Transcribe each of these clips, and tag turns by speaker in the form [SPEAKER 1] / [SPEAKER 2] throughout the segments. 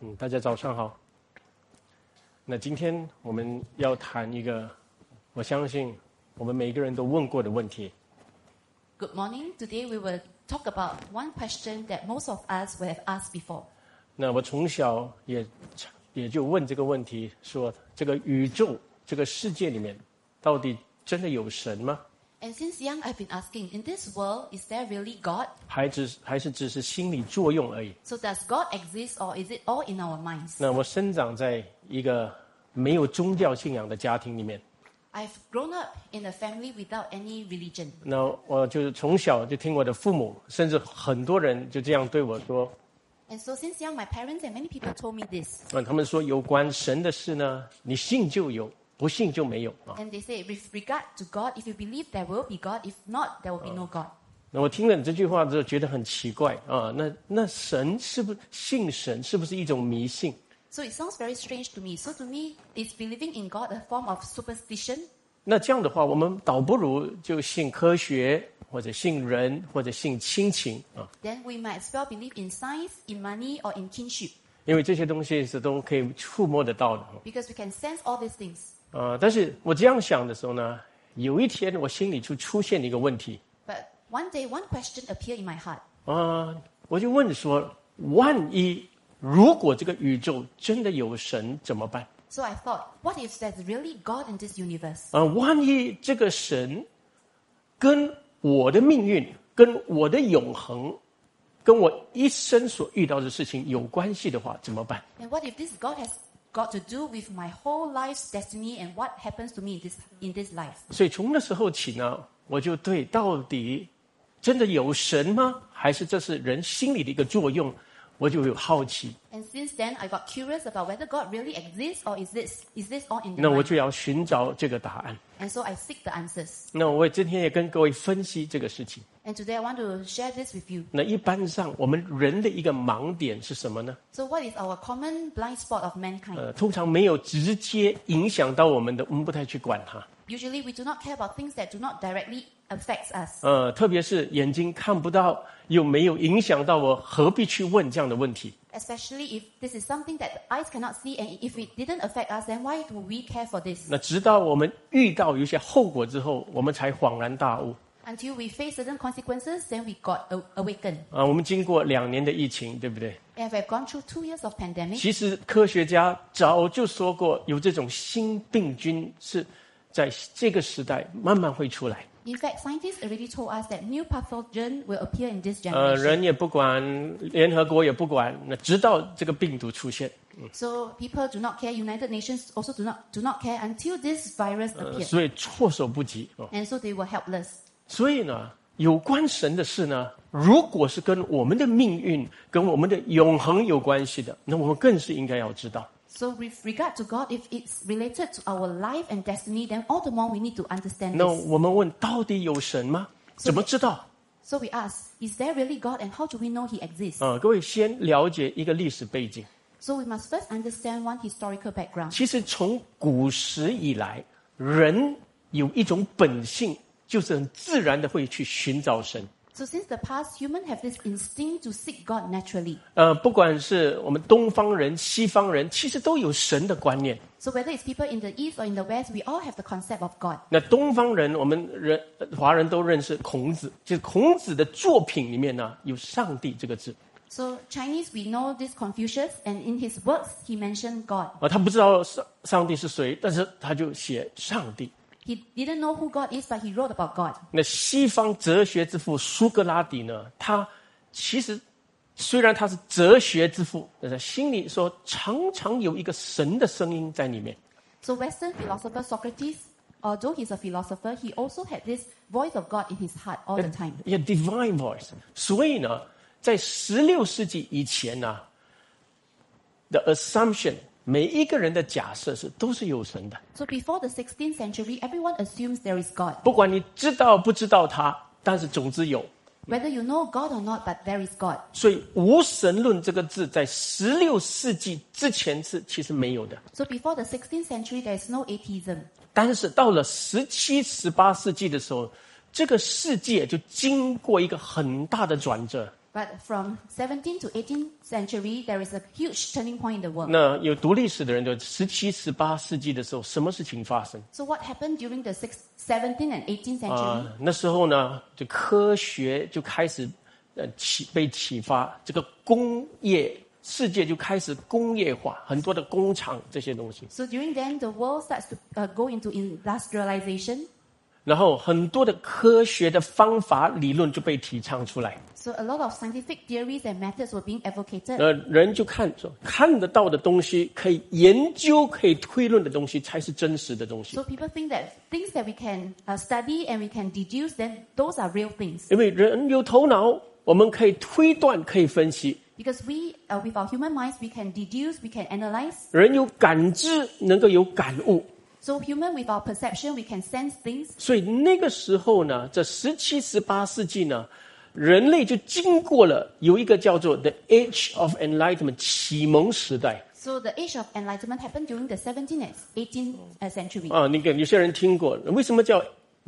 [SPEAKER 1] 嗯大家早上好。那今天我们要谈一个，我相信我们每一个人都问过的问题，
[SPEAKER 2] Good morning. Today we will talk about one question that most of us will have asked before.
[SPEAKER 1] 那我从小也也就问这个问题：说这个宇宙、这个世界里面，到底真的有神吗？
[SPEAKER 2] And since young, I've been asking, in this world, is there really God?
[SPEAKER 1] 还只是还是只是心理作用而已？
[SPEAKER 2] So does God exist or is it all in our minds?
[SPEAKER 1] 那我生长在一个没有宗教信仰的家庭里面，
[SPEAKER 2] I've grown up in a family without any religion.
[SPEAKER 1] 那我就是从小就听我的父母，甚至很多人就这样对我说：，
[SPEAKER 2] And so since young, my parents and many people told me this.
[SPEAKER 1] 嗯，他们说有关神的事呢，你信就有，不信就没有啊。
[SPEAKER 2] And they say, with regard to God, if you believe there will be God, if not, there will be no God.
[SPEAKER 1] 那我听了你这句话之后，觉得很奇怪啊。那那神是不是信神是不是一种迷信？
[SPEAKER 2] So it sounds very strange to me. So to me, is believing in God a form of superstition?
[SPEAKER 1] 那这样的话，我们倒不如就信科学，或者信人，或者信亲情啊，
[SPEAKER 2] Then we might as well believe in science, in money, or in kinship.
[SPEAKER 1] 因为这些东西是都可以触摸得到的啊
[SPEAKER 2] because we can sense all these things.
[SPEAKER 1] 啊。但是我这样想的时候呢，有一天我心里就出现了一个问题
[SPEAKER 2] But one day, one question appeared in my heart.
[SPEAKER 1] 啊，我就问说，万一如果这个宇宙真的有神怎么办？
[SPEAKER 2] So I thought, what if there's really God in this universe?
[SPEAKER 1] 啊，万一这个神跟我的命运、跟我的永恒、跟我一生所遇到的事情有关系的话，怎么办？
[SPEAKER 2] And what if this God has got to do with my whole life's destiny and what happens to me in this, in this life?
[SPEAKER 1] 所以从那时候起呢，我就对到底真的有神吗？还是这是人心理的一个作用？我就有好奇，
[SPEAKER 2] And since then, I got curious about whether God really exists or is this, is this all in the
[SPEAKER 1] 那我
[SPEAKER 2] mind?
[SPEAKER 1] 就要寻找这个答案。
[SPEAKER 2] And so I seek the answers.
[SPEAKER 1] 那我今天也跟各位分析这个事情。
[SPEAKER 2] And today, I want to share this with you.
[SPEAKER 1] 那一般上，我们人的一个盲点是什么呢？
[SPEAKER 2] So, what is our common blind spot of mankind?
[SPEAKER 1] 呃，通常没有直接影响到我们的，我们不太去管它。
[SPEAKER 2] Usually, we do not care about things that do not directly affect us.
[SPEAKER 1] 呃，特别是眼睛看不到，又没有影响到我，何必去问这样的问题？
[SPEAKER 2] especially if this is something that the eyes cannot see and if it didn't affect us, then why do we care for this?
[SPEAKER 1] 那直到我们遇到有一些后果之后，我们才恍然大悟。
[SPEAKER 2] Until we face certain consequences, then we got a- awakened.
[SPEAKER 1] 啊、我们经过两年的疫情，对不对？
[SPEAKER 2] And we've gone through two years of pandemic.
[SPEAKER 1] 其实科学家早就说过，有这种新病菌是在这个时代慢慢会出来。
[SPEAKER 2] In fact, scientists already told us that new pathogen will appear in this
[SPEAKER 1] 呃，
[SPEAKER 2] generation.
[SPEAKER 1] 人也不管，联合国也不管，那直到这个病毒出现，
[SPEAKER 2] So people do not care. United Nations also do not do not care until this virus
[SPEAKER 1] 呃
[SPEAKER 2] appears.
[SPEAKER 1] 所以措手不及哦。
[SPEAKER 2] And so they were helpless.
[SPEAKER 1] 所以呢，有关神的事呢，如果是跟我们的命运、跟我们的永恒有关系的，那我们更是应该要知道。
[SPEAKER 2] So with regard to God, if it's related to our life and destiny, then all the more we need to understand
[SPEAKER 1] 那
[SPEAKER 2] this.
[SPEAKER 1] 我们问，到底有神吗？怎么知道？
[SPEAKER 2] So we ask, is there really God and how do we know he exists?
[SPEAKER 1] 啊、各位先了解一个历史背景。
[SPEAKER 2] So we must first understand one historical background.
[SPEAKER 1] 其实从古时以来，人有一种本性，就是很自然的会去寻找神。
[SPEAKER 2] So since the past, humans have this instinct to seek God naturally.
[SPEAKER 1] 呃，不管是我们东方人、西方人，其实都有神的观念。
[SPEAKER 2] So whether it's people in the East or in the West, we all have the concept of God.
[SPEAKER 1] 那东方人，我们人呃华人都认识孔子，就是孔子的作品里面呢有“上帝”这个字
[SPEAKER 2] So Chinese, we know this Confucius, and in his works, he mentioned God.
[SPEAKER 1] 啊，他不知道上上帝是谁，但是他就写上帝。
[SPEAKER 2] He didn't know who God is, but he wrote about God.
[SPEAKER 1] 那西方哲学之父苏格拉底呢，他其实虽然他是哲学之父，但是心里说常常有一个神的声音在里面。
[SPEAKER 2] So Western philosopher Socrates, although he's a philosopher, he also had this voice of God in his heart all the time.
[SPEAKER 1] 一个 divine voice。所以呢，在十六世纪以前呢，the assumption 每一个人的假设是都是有神的，
[SPEAKER 2] So before the 16th century, everyone assumes there is God.
[SPEAKER 1] 不管你知道不知道他，但是总之有。
[SPEAKER 2] Whether you know God or not, but there is God.
[SPEAKER 1] 所以“无神论”这个字在十六世纪之前是其实没有的，
[SPEAKER 2] So before the 16th century, there is no atheism.
[SPEAKER 1] 但是到了十七、十八世纪的时候，这个世界就经过一个很大的转折。
[SPEAKER 2] But from 17th to 18th century, there is a huge turning point in the world.
[SPEAKER 1] 那有读历史的人就十七、十八世纪的时候，什么事情发生
[SPEAKER 2] So what happened during the 6th, 17th and 18th century?
[SPEAKER 1] 啊、那时候呢，就科学就开始呃启被启发，这个工业世界就开始工业化，很多的工厂这些东西，
[SPEAKER 2] So during then, the world starts to uh, go into industrialization.
[SPEAKER 1] 然后很多的科学的方法理论就被提倡出来。
[SPEAKER 2] So a lot of scientific theories and methods were being advocated.
[SPEAKER 1] 呃，人就看说看得到的东西，可以研究、可以推论的东西，才是真实的东西
[SPEAKER 2] So。people think that things that we can uh, study and we can deduce, then those are real things.
[SPEAKER 1] 因为人有头脑，我们可以推断、可以分析；
[SPEAKER 2] Because we, uh, with our human minds, we can deduce, we can analyze.
[SPEAKER 1] 人有感知，能够有感悟。
[SPEAKER 2] So human, with our perception, we can sense things.
[SPEAKER 1] 所以那个时候呢，这十七、十八世纪呢，人类就经过了有一个叫做 The Age of Enlightenment 启蒙时代
[SPEAKER 2] So the age of enlightenment happened during the 17th and 18th uh, century.
[SPEAKER 1] 啊。那个有些人听过，为什么叫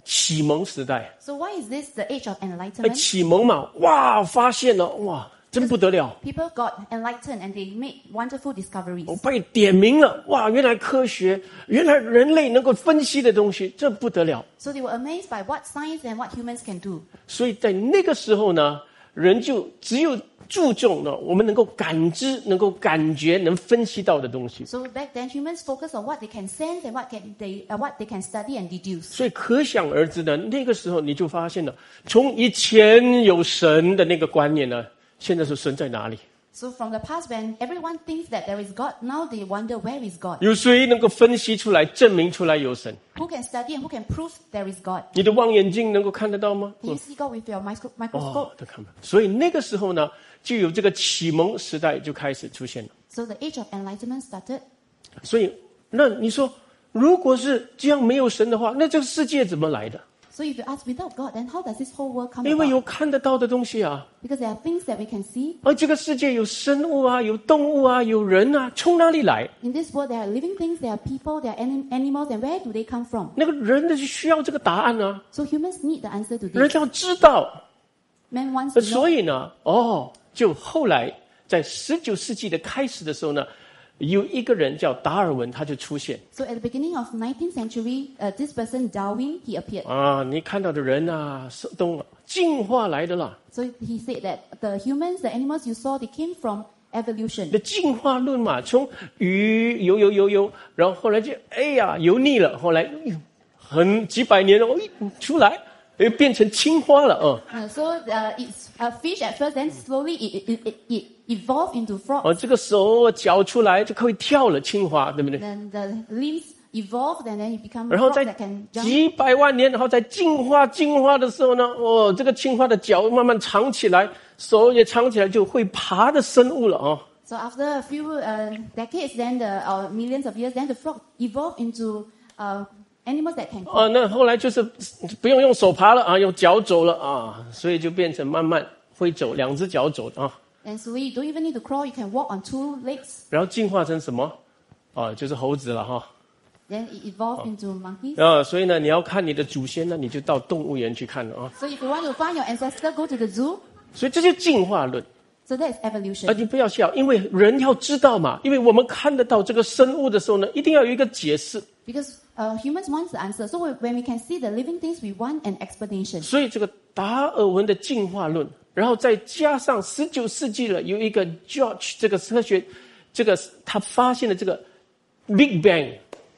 [SPEAKER 1] 启蒙时代？
[SPEAKER 2] So why is this the age of
[SPEAKER 1] 哎，
[SPEAKER 2] enlightenment?
[SPEAKER 1] 启蒙嘛，哇，发现了，哇，真不得了。
[SPEAKER 2] People got enlightened and they made wonderful discoveries.
[SPEAKER 1] 我被点名了，哇！原来科学，原来人类能够分析的东西，这不得了。
[SPEAKER 2] So they were amazed by what science and what humans can do.
[SPEAKER 1] 所以在那个时候呢，人就只有注重了我们能够感知、能够感觉、能分析到的东西。
[SPEAKER 2] So back then, humans focused on what they can sense and what can they uh, what they can study and deduce.
[SPEAKER 1] 所以可想而知的，那个时候你就发现了，从以前有神的那个观念呢，现在是神在哪里？
[SPEAKER 2] So from the past, when everyone thinks that there is God, now they wonder where is God?
[SPEAKER 1] 有谁能够分析出来、证明出来有神？
[SPEAKER 2] Who can study and who can prove there is God?
[SPEAKER 1] 你的望远镜能够看得到吗？
[SPEAKER 2] Can you see God with your micro-
[SPEAKER 1] 哦
[SPEAKER 2] microscope?，
[SPEAKER 1] 都看不到。所以那个时候呢，就有这个启蒙时代就开始出现了。
[SPEAKER 2] So the age of enlightenment started.
[SPEAKER 1] 所以，那你说，如果是这样没有神的话，那这个世界怎么来的？
[SPEAKER 2] So if you ask without God, then how does this whole world come
[SPEAKER 1] 因为
[SPEAKER 2] about?
[SPEAKER 1] 有看得到的东西啊，
[SPEAKER 2] Because there are things that we can see.
[SPEAKER 1] 而这个世界有生物啊，有动物啊，有人啊，从哪里来？
[SPEAKER 2] In this world, there are living things, there are people, there are anim- animals, and where do they come from?
[SPEAKER 1] 那个人的需要这个答案啊，
[SPEAKER 2] So humans need the answer to
[SPEAKER 1] 人
[SPEAKER 2] this.
[SPEAKER 1] 要知道。
[SPEAKER 2] Man wants
[SPEAKER 1] 呃
[SPEAKER 2] to know.
[SPEAKER 1] 所以呢，哦，就后来在十九世纪的开始的时候呢，有一个人叫达尔文，他就出现
[SPEAKER 2] So at the beginning of 19th century, uh, this person Darwin he appeared.
[SPEAKER 1] 啊，你看到的人啊，是动物啊进化来的啦，
[SPEAKER 2] So he said that the humans, the animals you saw, they came from
[SPEAKER 1] 你
[SPEAKER 2] evolution.
[SPEAKER 1] 的进化论嘛，从鱼游游游游，然后后来就哎呀油腻了，后来哎呦很几百年了，哎出来又变成青蛙了啊！
[SPEAKER 2] Uh, so uh, it's a fish at first, then slowly it it, it, it evolved into frog.
[SPEAKER 1] 哦，这个手脚出来就可以跳了，青蛙对不对？
[SPEAKER 2] Then the limbs evolved, and then it become
[SPEAKER 1] 然后
[SPEAKER 2] frogs
[SPEAKER 1] 在
[SPEAKER 2] that can jump.
[SPEAKER 1] 几百万年，然后在进化进化的时候呢，哦，这个青蛙的脚慢慢长起来，手也长起来，就会爬的生物了啊、哦！
[SPEAKER 2] So after a few uh, decades, then the or millions of years, then the frog evolved into uh, animals that can.
[SPEAKER 1] 哦，那后来就是不用用手爬了啊，用脚走了啊，所以就变成慢慢会走，两只脚走的啊。
[SPEAKER 2] And so you don't even need to crawl; you can walk on two legs.
[SPEAKER 1] 然后进化成什么？啊，就是猴子了哈。
[SPEAKER 2] Then it evolved into monkeys.
[SPEAKER 1] 啊，所以呢，你要看你的祖先呢，你就到动物园去看了啊。
[SPEAKER 2] So if you want to find your ancestor, go to the zoo.
[SPEAKER 1] 所以这就进化论，
[SPEAKER 2] So that is
[SPEAKER 1] 啊，
[SPEAKER 2] evolution.
[SPEAKER 1] 你不要笑，因为人要知道嘛，因为我们看得到这个生物的时候呢，一定要有一个解释。
[SPEAKER 2] Because uh, humans want the answer. So we- when we can see the living things, we want an explanation.
[SPEAKER 1] 所以这个达尔文的进化论，然后再加上十九世纪了有一个 George 这个科学，这个他发现了这个 Big Bang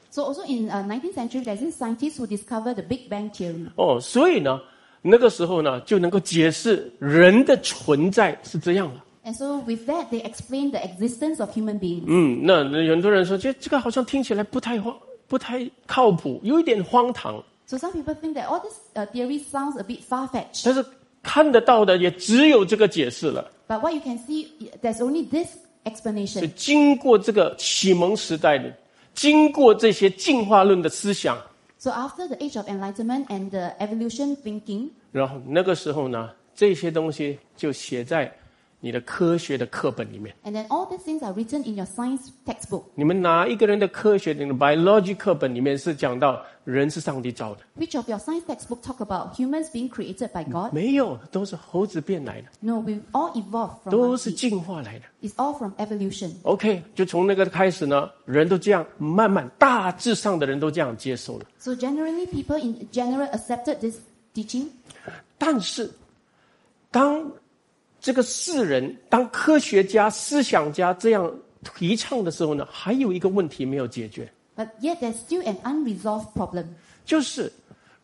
[SPEAKER 2] So also in uh, 19th century, there's this scientist who discovered the Big Bang theory.
[SPEAKER 1] 哦，所以呢，那个时候呢就能够解释人的存在是这样了。
[SPEAKER 2] And so with that, they explain the existence of human beings.
[SPEAKER 1] 嗯，那那很多人说，这这个好像听起来不太荒，不太靠谱，有一点荒唐。
[SPEAKER 2] So some people think that all this uh, theory sounds a bit far-fetched.
[SPEAKER 1] 但是看得到的也只有这个解释了。
[SPEAKER 2] But what you can see, there's only this
[SPEAKER 1] 所以
[SPEAKER 2] explanation.
[SPEAKER 1] 经过这个启蒙时代的，经过这些进化论的思想，
[SPEAKER 2] So after the age of enlightenment and the evolution thinking,
[SPEAKER 1] 然后那个时候呢，这些东西就写在你的科学的课本里面。
[SPEAKER 2] And then all these things are written in your science textbook.
[SPEAKER 1] 你们哪一个人的科学你的 biology 课本里面是讲到人是上帝造的？
[SPEAKER 2] Which of your science textbook talk about humans being created by God?
[SPEAKER 1] 没有，都是猴子变来的，
[SPEAKER 2] No, we all evolved from
[SPEAKER 1] 都是
[SPEAKER 2] monkey.
[SPEAKER 1] 进化来的。
[SPEAKER 2] It's all from evolution.
[SPEAKER 1] OK，就从那个开始呢，人都这样慢慢，大致上的人都这样接受了。
[SPEAKER 2] So generally, people in general accepted this teaching.
[SPEAKER 1] 但是，当这个世人、当科学家、思想家这样提倡的时候呢，还有一个问题没有解决，
[SPEAKER 2] But yet there's still an unresolved problem.
[SPEAKER 1] 就是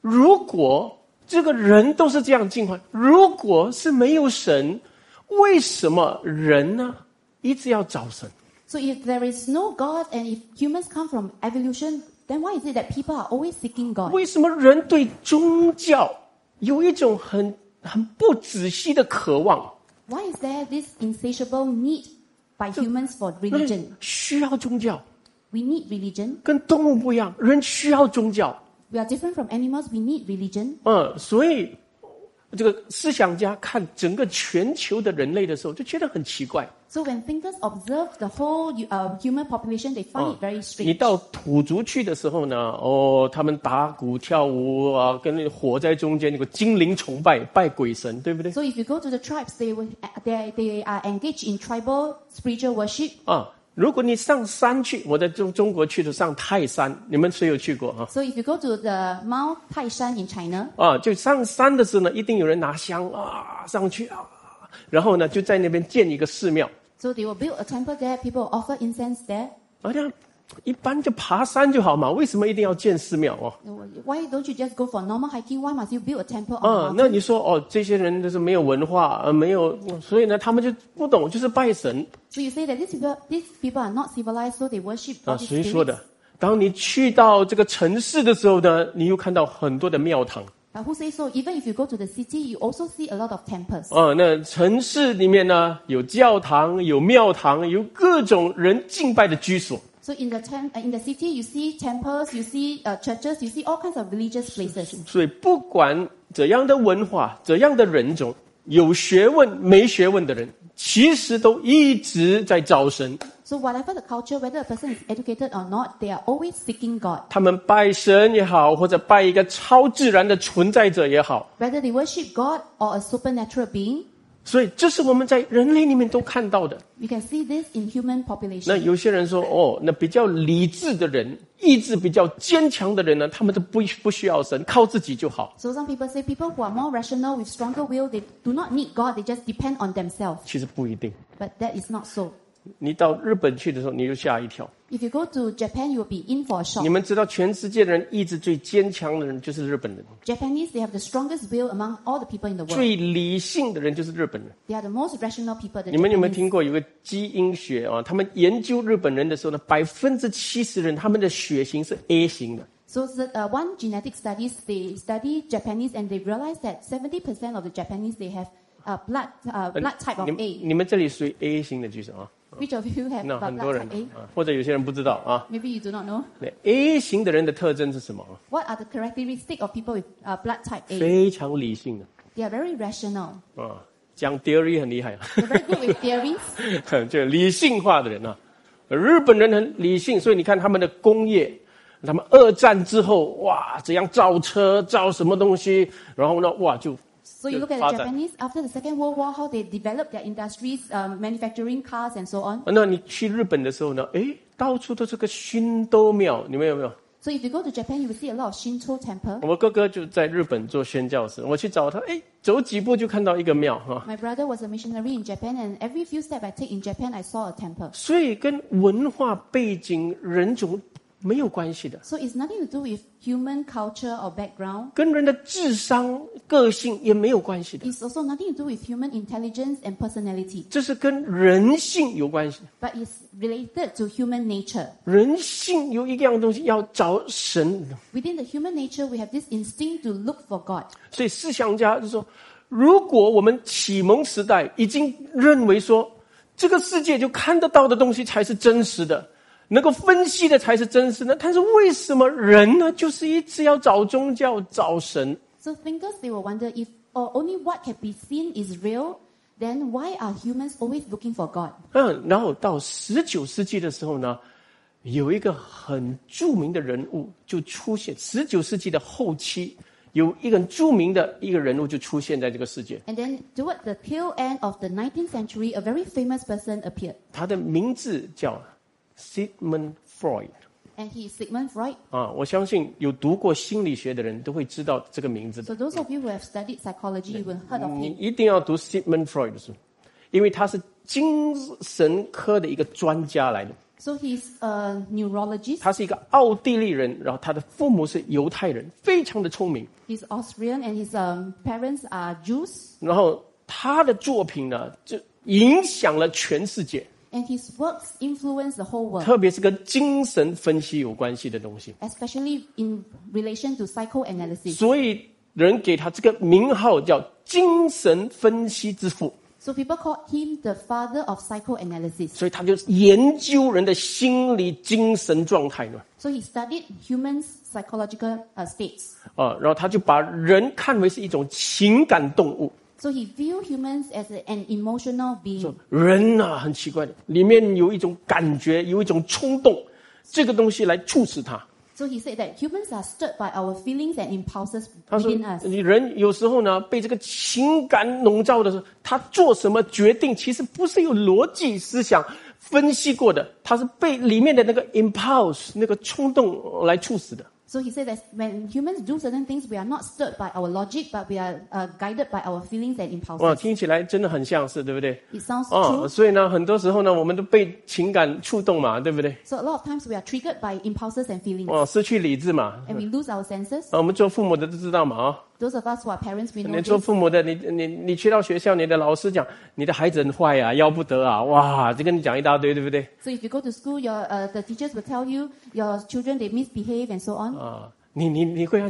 [SPEAKER 1] 如果这个人都是这样进化，如果是没有神，为什么人呢一直要找神？
[SPEAKER 2] So if there is no God and if humans come from evolution, then why is it that people are always seeking God?
[SPEAKER 1] 为什么人对宗教有一种很很不仔细的渴望？
[SPEAKER 2] Why is there this insatiable need by humans for
[SPEAKER 1] 那
[SPEAKER 2] religion?
[SPEAKER 1] 需要宗教，
[SPEAKER 2] We need religion.
[SPEAKER 1] 跟动物不一样，人需要宗教。
[SPEAKER 2] We are different from animals. We need religion.
[SPEAKER 1] 嗯，所以这个思想家看整个全球的人类的时候，就觉得很奇怪。
[SPEAKER 2] So when thinkers observe the whole uh, human population, they find Oh. it very
[SPEAKER 1] 你
[SPEAKER 2] strange.
[SPEAKER 1] 到土族去的时候呢，哦，他们打鼓跳舞啊，跟那个火在中间，那个精灵崇拜，拜鬼神，对不对？
[SPEAKER 2] So if you go to the tribes, they will, they, they are engaged in tribal spiritual worship.
[SPEAKER 1] 啊，如果你上山去，我在中中国去的上泰山，你们谁有去过啊？
[SPEAKER 2] So if you go to the Mount Taishan in China,
[SPEAKER 1] 啊，就上山的时候呢，一定有人拿香啊上去啊，然后呢就在那边建一个寺庙，
[SPEAKER 2] so they will build a temple there. People will offer incense there.
[SPEAKER 1] 而且啊一般就爬山就好嘛，为什么一定要建寺庙哦？
[SPEAKER 2] Why don't you just go for normal hiking? Why must you build a temple
[SPEAKER 1] 啊、
[SPEAKER 2] on the
[SPEAKER 1] 那
[SPEAKER 2] mountain?
[SPEAKER 1] 你说哦，这些人就是没有文化，呃，没有，所以呢，他们就不懂，就是拜神
[SPEAKER 2] So you say that these people, these people are not civilized, Oh, so they worship
[SPEAKER 1] 啊。
[SPEAKER 2] all these
[SPEAKER 1] 谁说
[SPEAKER 2] spirits.
[SPEAKER 1] 的？当你去到这个城市的时候呢，你又看到很多的庙堂
[SPEAKER 2] But Uh, who says so? Even if you go to the city, you also see a lot of temples.
[SPEAKER 1] 啊、那城市里面呢，有教堂，有庙堂，有各种人敬拜的居所。
[SPEAKER 2] So in the tem- uh, in the city, you see temples, you see uh, churches, you see all kinds of religious places.
[SPEAKER 1] 所以，不管怎样的文化，怎样的人种，有学问没学问的人，其实都一直在找神。
[SPEAKER 2] So whatever the culture, whether a person is educated or not, they are always seeking God.
[SPEAKER 1] 他们拜神也好，或者拜一个超自然的存在者也好，
[SPEAKER 2] Whether they worship God or a supernatural being,
[SPEAKER 1] 所以这是我们在人类里面都看到的。
[SPEAKER 2] you can see this in human
[SPEAKER 1] 那
[SPEAKER 2] population.
[SPEAKER 1] 有些人说，哦，那比较理智的人，意志比较坚强的人呢，他们都不不需要神，靠自己就好。
[SPEAKER 2] So some people say people who are more rational with stronger will, they do not need God, they just depend on themselves.
[SPEAKER 1] 其实不一定。
[SPEAKER 2] But that is not so.
[SPEAKER 1] 你到日本去的时候，你就吓一跳。
[SPEAKER 2] If you go to Japan, you will be in for a
[SPEAKER 1] 你
[SPEAKER 2] shock.
[SPEAKER 1] 们知道，全世界的人意志最坚强的人就是日本人，
[SPEAKER 2] Japanese, they have the strongest will among all the people in the world.
[SPEAKER 1] 最理性的人就是日本人。
[SPEAKER 2] They are the most rational people. The
[SPEAKER 1] 你们有没有
[SPEAKER 2] Japanese.
[SPEAKER 1] 听过有个基因学啊？他们研究日本人的时候呢，百分之七十人他们的血型是 A 型的。
[SPEAKER 2] So the, uh, one genetic studies, they study Japanese and they realize that 70% of the Japanese, they have uh, blood, uh,
[SPEAKER 1] 呃
[SPEAKER 2] blood type
[SPEAKER 1] 你
[SPEAKER 2] of
[SPEAKER 1] 们
[SPEAKER 2] A.
[SPEAKER 1] 你们这里属于 A 型的举手啊？
[SPEAKER 2] Which of you have uh,
[SPEAKER 1] 那
[SPEAKER 2] blood
[SPEAKER 1] 很多
[SPEAKER 2] blood
[SPEAKER 1] 人
[SPEAKER 2] type A?
[SPEAKER 1] 啊，或者有些人不知道啊。
[SPEAKER 2] Maybe you do not know.
[SPEAKER 1] 那 A 型的人的特征是什么啊？
[SPEAKER 2] What are the characteristics of people with uh, blood type A?
[SPEAKER 1] 非常理性的
[SPEAKER 2] They are very rational.
[SPEAKER 1] 啊，讲 theory 很厉害啊，啊
[SPEAKER 2] They're very good with theories.
[SPEAKER 1] 就理性化的人啊。日本人很理性，所以你看他们的工业，他们二战之后哇，怎样造车、造什么东西，然后呢，哇就
[SPEAKER 2] So you look at the
[SPEAKER 1] 发展。
[SPEAKER 2] Japanese after the Second World War, how they developed their industries, um, manufacturing cars and so on.
[SPEAKER 1] 那你去日本的时候呢，诶，到处都是个熏豆庙，你们有没有？
[SPEAKER 2] So if you go to Japan, you will see a lot of Shinto temple.
[SPEAKER 1] 我哥哥就在日本做宣教师，我去找他，诶，走几步就看到一个庙哈、
[SPEAKER 2] My brother was a missionary in Japan, and every few steps I take in Japan, I saw a temple.
[SPEAKER 1] 所以跟文化背景、人种没有关系的，
[SPEAKER 2] So it's nothing to do with human culture or background.
[SPEAKER 1] 跟人的智商、个性也没有关系的，
[SPEAKER 2] It's also nothing to do with human intelligence and personality,
[SPEAKER 1] 这是跟人性有关系的。
[SPEAKER 2] but it's related to human nature.
[SPEAKER 1] 人性有一样东西要找神，
[SPEAKER 2] Within the human nature, we have this instinct to look for God.
[SPEAKER 1] 所以思想家就说，如果我们启蒙时代已经认为说，这个世界就看得到的东西才是真实的。能够分析的才是真实的，但是为什么人呢，就是一直要找宗教、找神？
[SPEAKER 2] "Oh, So thinkers they will wonder if or only what can be seen is real, then why are humans always looking for God?
[SPEAKER 1] 嗯，然后到十九世纪的时候呢，有一个很著名的人物就出现。十九世纪的后期，有一个很著名的一个人物就出现在这个世界，
[SPEAKER 2] And then toward the tail end of the 19th century, a very famous person appeared,
[SPEAKER 1] 他的名字叫 Sigmund Freud。
[SPEAKER 2] and he is Sigmund Freud.
[SPEAKER 1] 啊，我相信有读过心理学的人都会知道这个名字的。
[SPEAKER 2] So those of you who have studied psychology, you will heard of
[SPEAKER 1] 你
[SPEAKER 2] him.
[SPEAKER 1] 一定要读 Sigmund Freud 的书，因为他是精神科的一个专家来的。
[SPEAKER 2] So he's a neurologist.
[SPEAKER 1] 他是一个奥地利人，然后他的父母是犹太人，非常的聪明。
[SPEAKER 2] He's Austrian, and his um, parents are Jews.
[SPEAKER 1] 然后他的作品呢，就影响了全世界，
[SPEAKER 2] And his works influence the whole world,
[SPEAKER 1] 特别是跟精神分析有关系的东西。
[SPEAKER 2] especially in relation to psychoanalysis.
[SPEAKER 1] 所以人给他这个名号叫“精神分析之父
[SPEAKER 2] So people call him the father of psychoanalysis. ”。
[SPEAKER 1] 所以他就研究人的心理精神状态呢，
[SPEAKER 2] So he studied humans' psychological uh, states.
[SPEAKER 1] 啊，然后他就把人看为是一种情感动物。
[SPEAKER 2] So he viewed humans as a- an emotional being.
[SPEAKER 1] 人呐、很奇怪的，里面有一种感觉，有一种冲动，这个东西来促使他。
[SPEAKER 2] So he said that humans are stirred by our feelings and impulses
[SPEAKER 1] 他说
[SPEAKER 2] within：“ us.
[SPEAKER 1] 你人有时候呢，被这个情感笼罩的时候，他做什么决定，其实不是有逻辑思想分析过的，他是被里面的那个 impulse 那个冲动来促使的。
[SPEAKER 2] So he said that when humans do certain things, we are not stirred by our logic, but we are uh, guided by our feelings and
[SPEAKER 1] 哇，
[SPEAKER 2] impulses.
[SPEAKER 1] 听起来真的很像是，对不对？
[SPEAKER 2] It sounds
[SPEAKER 1] 哦，
[SPEAKER 2] true.
[SPEAKER 1] 所以呢，很多时候呢，我们都被情感触动嘛，对不对？
[SPEAKER 2] So a lot of times we are triggered by impulses and feelings,
[SPEAKER 1] 哦，失去理智嘛。
[SPEAKER 2] and we lose our senses.
[SPEAKER 1] 啊，我们做父母的都知道嘛，啊、
[SPEAKER 2] Those of us who are parents, we know
[SPEAKER 1] 你做
[SPEAKER 2] this.
[SPEAKER 1] 父母的，你你你去到学校，你的老师讲你的孩子很坏啊，要不得啊，哇，就跟你讲一大堆，对不对？
[SPEAKER 2] So if you go to school, your uh, the teachers will tell you your children they misbehave and so on.
[SPEAKER 1] 啊，你你你会看，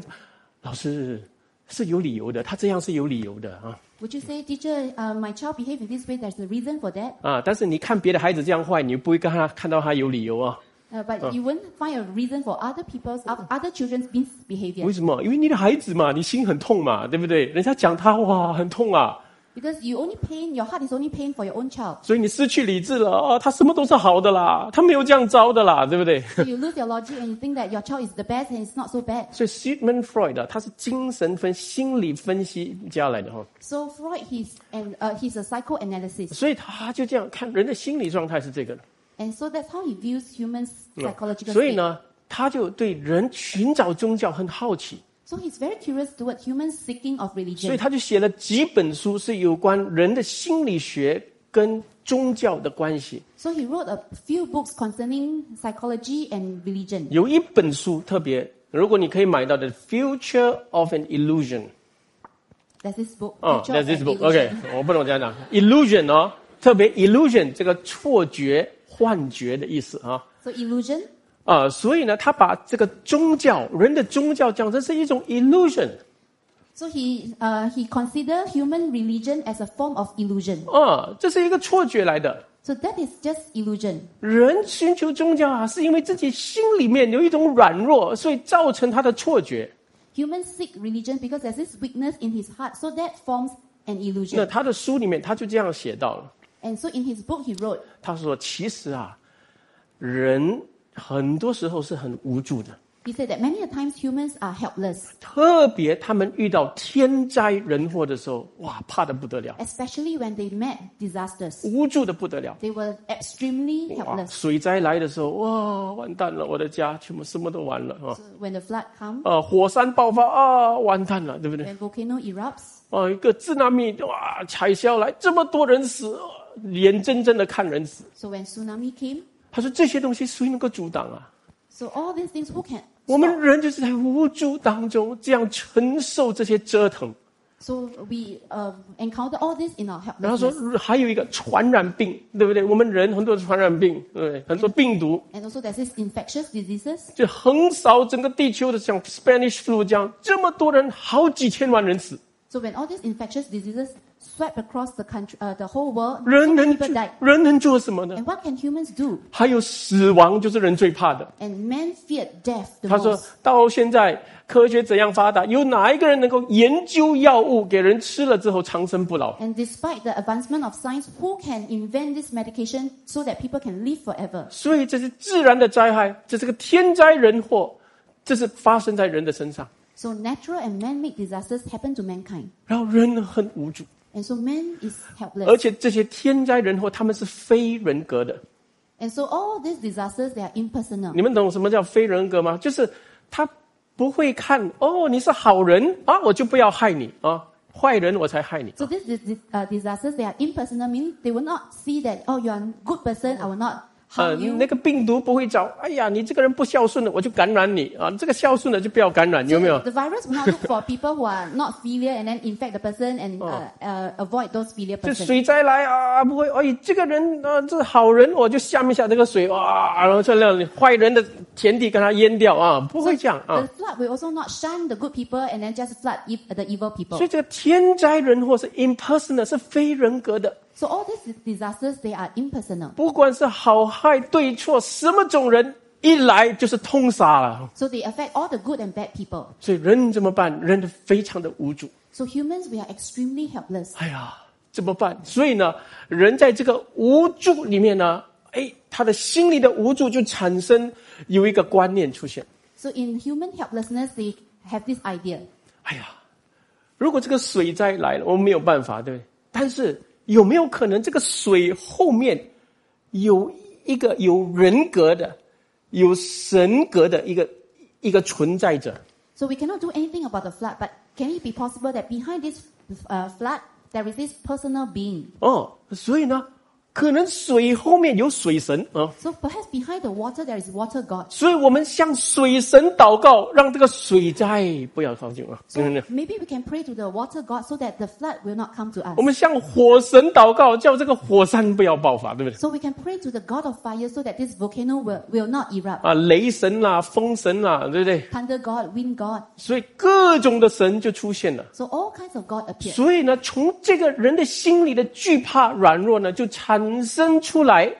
[SPEAKER 1] 老师是有理由的，他这样是有理由的啊
[SPEAKER 2] Would you say, teacher, uh, my child behaved in this way? There's a reason for that.
[SPEAKER 1] 啊！但是你看别的孩子这样坏，你不会跟他看到他有理由啊？
[SPEAKER 2] Uh, but you won't find a reason for other people's of other children's misbehavior
[SPEAKER 1] 为什么？因为你的孩子嘛，你心很痛嘛，对不对？人家讲他哇很痛啊，
[SPEAKER 2] because you only pain your heart is only pain for your own child.
[SPEAKER 1] 所以你失去理智了啊！他什么都是好的啦，他没有这样糟的啦，对不对？
[SPEAKER 2] So you lose your logic and you think that your child is the best and it's not so bad.
[SPEAKER 1] 所以 Sigmund Freud 啊他是精神分心理分析家来的哈、
[SPEAKER 2] So Freud, he's and uh, he's a psychoanalyst,
[SPEAKER 1] 所以他就这样看人的心理状态是这个的。
[SPEAKER 2] and so that's how he views humans' psychological
[SPEAKER 1] 所以
[SPEAKER 2] state.
[SPEAKER 1] 呢，他就对人寻找宗教很好奇。
[SPEAKER 2] So he's very curious toward humans seeking of
[SPEAKER 1] 所以
[SPEAKER 2] religion.
[SPEAKER 1] 他就写了几本书，是有关人的心理学跟宗教的关系。
[SPEAKER 2] So he wrote a few books concerning psychology and religion.
[SPEAKER 1] 有一本书特别，如果你可以买到的《Future of an Illusion》
[SPEAKER 2] There's this book.
[SPEAKER 1] 啊、
[SPEAKER 2] Picture
[SPEAKER 1] t h a t s Oh,
[SPEAKER 2] of
[SPEAKER 1] this
[SPEAKER 2] an
[SPEAKER 1] book。OK，
[SPEAKER 2] Illusion.
[SPEAKER 1] 我不懂这样讲，illusion 哦，特别 illusion 这个错觉、幻觉的意思啊
[SPEAKER 2] So illusion.
[SPEAKER 1] 啊、所以呢，他把这个宗教、人的宗教讲成是一种 illusion
[SPEAKER 2] So he uh, he considered human religion as a form of illusion.
[SPEAKER 1] 啊、这是一个错觉来的。
[SPEAKER 2] So that is just illusion.
[SPEAKER 1] 人寻求宗教啊，是因为自己心里面有一种软弱，所以造成他的错觉。
[SPEAKER 2] Humans seek religion because there's this weakness in his heart. So that forms
[SPEAKER 1] 那
[SPEAKER 2] an illusion.
[SPEAKER 1] 他的书里面他就这样写到了，
[SPEAKER 2] And so in his book he wrote.
[SPEAKER 1] 他说：“其实啊，人很多时候是很无助的，
[SPEAKER 2] He said that many a times humans are helpless,
[SPEAKER 1] 特别他们遇到天灾人祸的时候，哇，怕的不得了，
[SPEAKER 2] especially when they met disasters.
[SPEAKER 1] 无助的不得了。
[SPEAKER 2] They were extremely
[SPEAKER 1] 哇，
[SPEAKER 2] helpless.
[SPEAKER 1] 水灾来的时候，哇，完蛋了，我的家全部什么都完了啊！
[SPEAKER 2] So when the flood comes,
[SPEAKER 1] 啊，火山爆发啊，完蛋了，对不对？
[SPEAKER 2] when volcano erupts,
[SPEAKER 1] 啊，一个自纳米哇，海啸来，这么多人死，啊眼睁睁的看人死。
[SPEAKER 2] so when tsunami came,
[SPEAKER 1] 他说这些东西谁能够阻挡啊？
[SPEAKER 2] so all these things who can
[SPEAKER 1] 我
[SPEAKER 2] stop?
[SPEAKER 1] 们人就是在无助当中这样承受这些折腾。
[SPEAKER 2] So we uh, encounter all this in our
[SPEAKER 1] 然后说
[SPEAKER 2] helplessness.
[SPEAKER 1] 还有一个传染病，对不对？我们人很多传染病，对不对，很多病毒
[SPEAKER 2] And also there's this infectious diseases.
[SPEAKER 1] 就横扫整个地球的，像 Spanish flu 这样，这么多人，好几千万人死。
[SPEAKER 2] So when all these infectious diseases swept across the country, uh, the whole world.
[SPEAKER 1] 人
[SPEAKER 2] So
[SPEAKER 1] 能
[SPEAKER 2] many
[SPEAKER 1] 做
[SPEAKER 2] people died.
[SPEAKER 1] 人能做什么呢？
[SPEAKER 2] And what can humans do?
[SPEAKER 1] 还有死亡就是人最怕的。
[SPEAKER 2] And man feared death the
[SPEAKER 1] 他说
[SPEAKER 2] most.
[SPEAKER 1] 到现在科学怎样发达，有哪一个人能够研究药物给人吃了之后长生不老？
[SPEAKER 2] And despite the advancement of science, who can invent this medication so that people can live forever?
[SPEAKER 1] 所以这是自然的灾害，这是个天灾人祸，这是发生在人的身上。
[SPEAKER 2] So natural and man-made disasters happen to mankind.
[SPEAKER 1] 然后人很无助，
[SPEAKER 2] And so man is helpless.
[SPEAKER 1] 而且这些天灾人祸他们是非人格的。
[SPEAKER 2] And so all these disasters, they are impersonal.
[SPEAKER 1] 你们懂什么叫非人格吗？就是他不会看哦，你是好人啊，我就不要害你啊，坏人我才害你。
[SPEAKER 2] So these dis- dis- uh, disasters, they are impersonal, meaning they will not see that, oh, you are a good person, I will not
[SPEAKER 1] 呃，
[SPEAKER 2] harm
[SPEAKER 1] 那
[SPEAKER 2] you.
[SPEAKER 1] 个病毒不会找，哎呀，你这个人不孝顺的，我就感染你啊，这个孝顺的就不要感染，有没有
[SPEAKER 2] The？virus will not look for people who are not filial and then infect the person and uh, uh, avoid those filial
[SPEAKER 1] 就
[SPEAKER 2] persons.
[SPEAKER 1] 水灾来啊，不会，哎，这个人啊，这好人，我就下面下这个水哇，然后这样坏人的田地跟他淹掉啊，不会这样啊
[SPEAKER 2] The。flood will also not shun the good people and then just flood ev- the evil
[SPEAKER 1] 所以这
[SPEAKER 2] people.
[SPEAKER 1] 个天灾人祸是 impersonal，是非人格的，
[SPEAKER 2] So all these disasters, they are impersonal.
[SPEAKER 1] 不管是好坏对错，什么种人一来就是通杀了。
[SPEAKER 2] So they affect all the good and bad people.
[SPEAKER 1] 所以人怎么办？人非常的无助。
[SPEAKER 2] So humans, we are extremely helpless.
[SPEAKER 1] 哎呀，怎么办？所以呢，人在这个无助里面呢，哎，他的心里的无助就产生有一个观念出现。
[SPEAKER 2] So in human helplessness, they have this idea.
[SPEAKER 1] 哎呀，如果这个水灾来了，我们没有办法，对不对？但是有没有可能这个水后面有一个有人格的、有神格的一个一个存在者？
[SPEAKER 2] So we cannot do anything about the flood, but can it be possible that behind this uh, flood, there is this personal being?
[SPEAKER 1] 哦，所以呢，可能水后面有水神啊、
[SPEAKER 2] So perhaps behind the water, there is water god.
[SPEAKER 1] 所以我们向水神祷告，让这个水灾不要靠近啊！
[SPEAKER 2] So
[SPEAKER 1] 真的，
[SPEAKER 2] maybe we can pray to the water god so that the flood will not come to us.
[SPEAKER 1] 我们向火神祷告，叫这个火山不要爆发，对不对？
[SPEAKER 2] So we can pray to the god of fire so that this volcano will, will not erupt.
[SPEAKER 1] 啊，雷神啦、风神啦、对不对？
[SPEAKER 2] Thunder god, wind god.
[SPEAKER 1] 所以各种的神就出现了。
[SPEAKER 2] So all kinds of god appear.
[SPEAKER 1] 所以呢，从这个人的心里的惧怕、软弱呢，就产生出来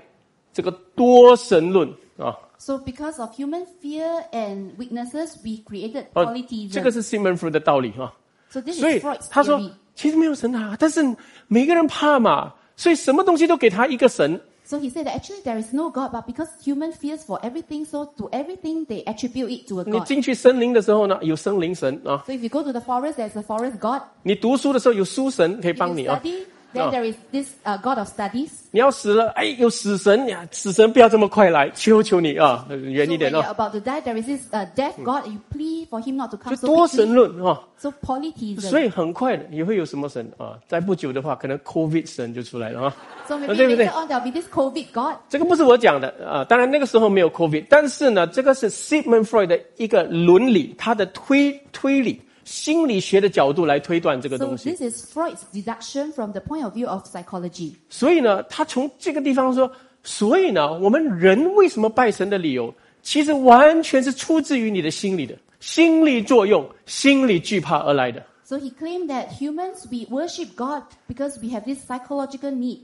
[SPEAKER 1] 这个多神论啊。
[SPEAKER 2] So because of human fear and weaknesses, we created
[SPEAKER 1] 哦，这个
[SPEAKER 2] polytheism.
[SPEAKER 1] 是 Simon Freud 的道理哈、
[SPEAKER 2] So this
[SPEAKER 1] 所
[SPEAKER 2] is
[SPEAKER 1] 以
[SPEAKER 2] Freud's
[SPEAKER 1] 他说
[SPEAKER 2] theory.，
[SPEAKER 1] 其实没有神啊，但是每个人怕嘛，所以什么东西都给他一个神。
[SPEAKER 2] So he said that actually there is no God, but because human fears for everything, so to everything they attribute it to a
[SPEAKER 1] 你
[SPEAKER 2] God.
[SPEAKER 1] 进去森林的时候呢，有森林神啊；
[SPEAKER 2] So if you go to the forest, there's a forest God.
[SPEAKER 1] 你读书的时候有书神可以
[SPEAKER 2] If
[SPEAKER 1] 帮
[SPEAKER 2] you
[SPEAKER 1] 你啊。
[SPEAKER 2] study, then
[SPEAKER 1] Ah.
[SPEAKER 2] there is this uh, God of studies.
[SPEAKER 1] 你要死了，哎，有死神呀，死神不要这么快来，求求你 啊，呃
[SPEAKER 2] So
[SPEAKER 1] 远一
[SPEAKER 2] when
[SPEAKER 1] 点
[SPEAKER 2] you're
[SPEAKER 1] 啊。
[SPEAKER 2] about to die, there is this uh, death God. You plead for him not to
[SPEAKER 1] 就
[SPEAKER 2] come
[SPEAKER 1] 多
[SPEAKER 2] so
[SPEAKER 1] 神
[SPEAKER 2] quickly.
[SPEAKER 1] 论啊，
[SPEAKER 2] So polytheism.
[SPEAKER 1] 所以很快的也会有什么神啊？再不久的话，可能 COVID 神就出来了啊。
[SPEAKER 2] So maybe
[SPEAKER 1] 对不对？
[SPEAKER 2] later on there'll be this COVID God.
[SPEAKER 1] 这个不是我讲的啊，当然那个时候没有 COVID，但是呢，这个是 Sigmund Freud 的一个伦理，他的推推理心理学的角度来推断这个
[SPEAKER 2] So
[SPEAKER 1] 东西。
[SPEAKER 2] this is Freud's deduction from the point of view of psychology.
[SPEAKER 1] 所以呢，他从这个地方说，所以呢，我们人为什么拜神的理由，其实完全是出自于你的心理的心理作用、心理惧怕而来的。
[SPEAKER 2] So he claimed that humans we worship God because we have this psychological need.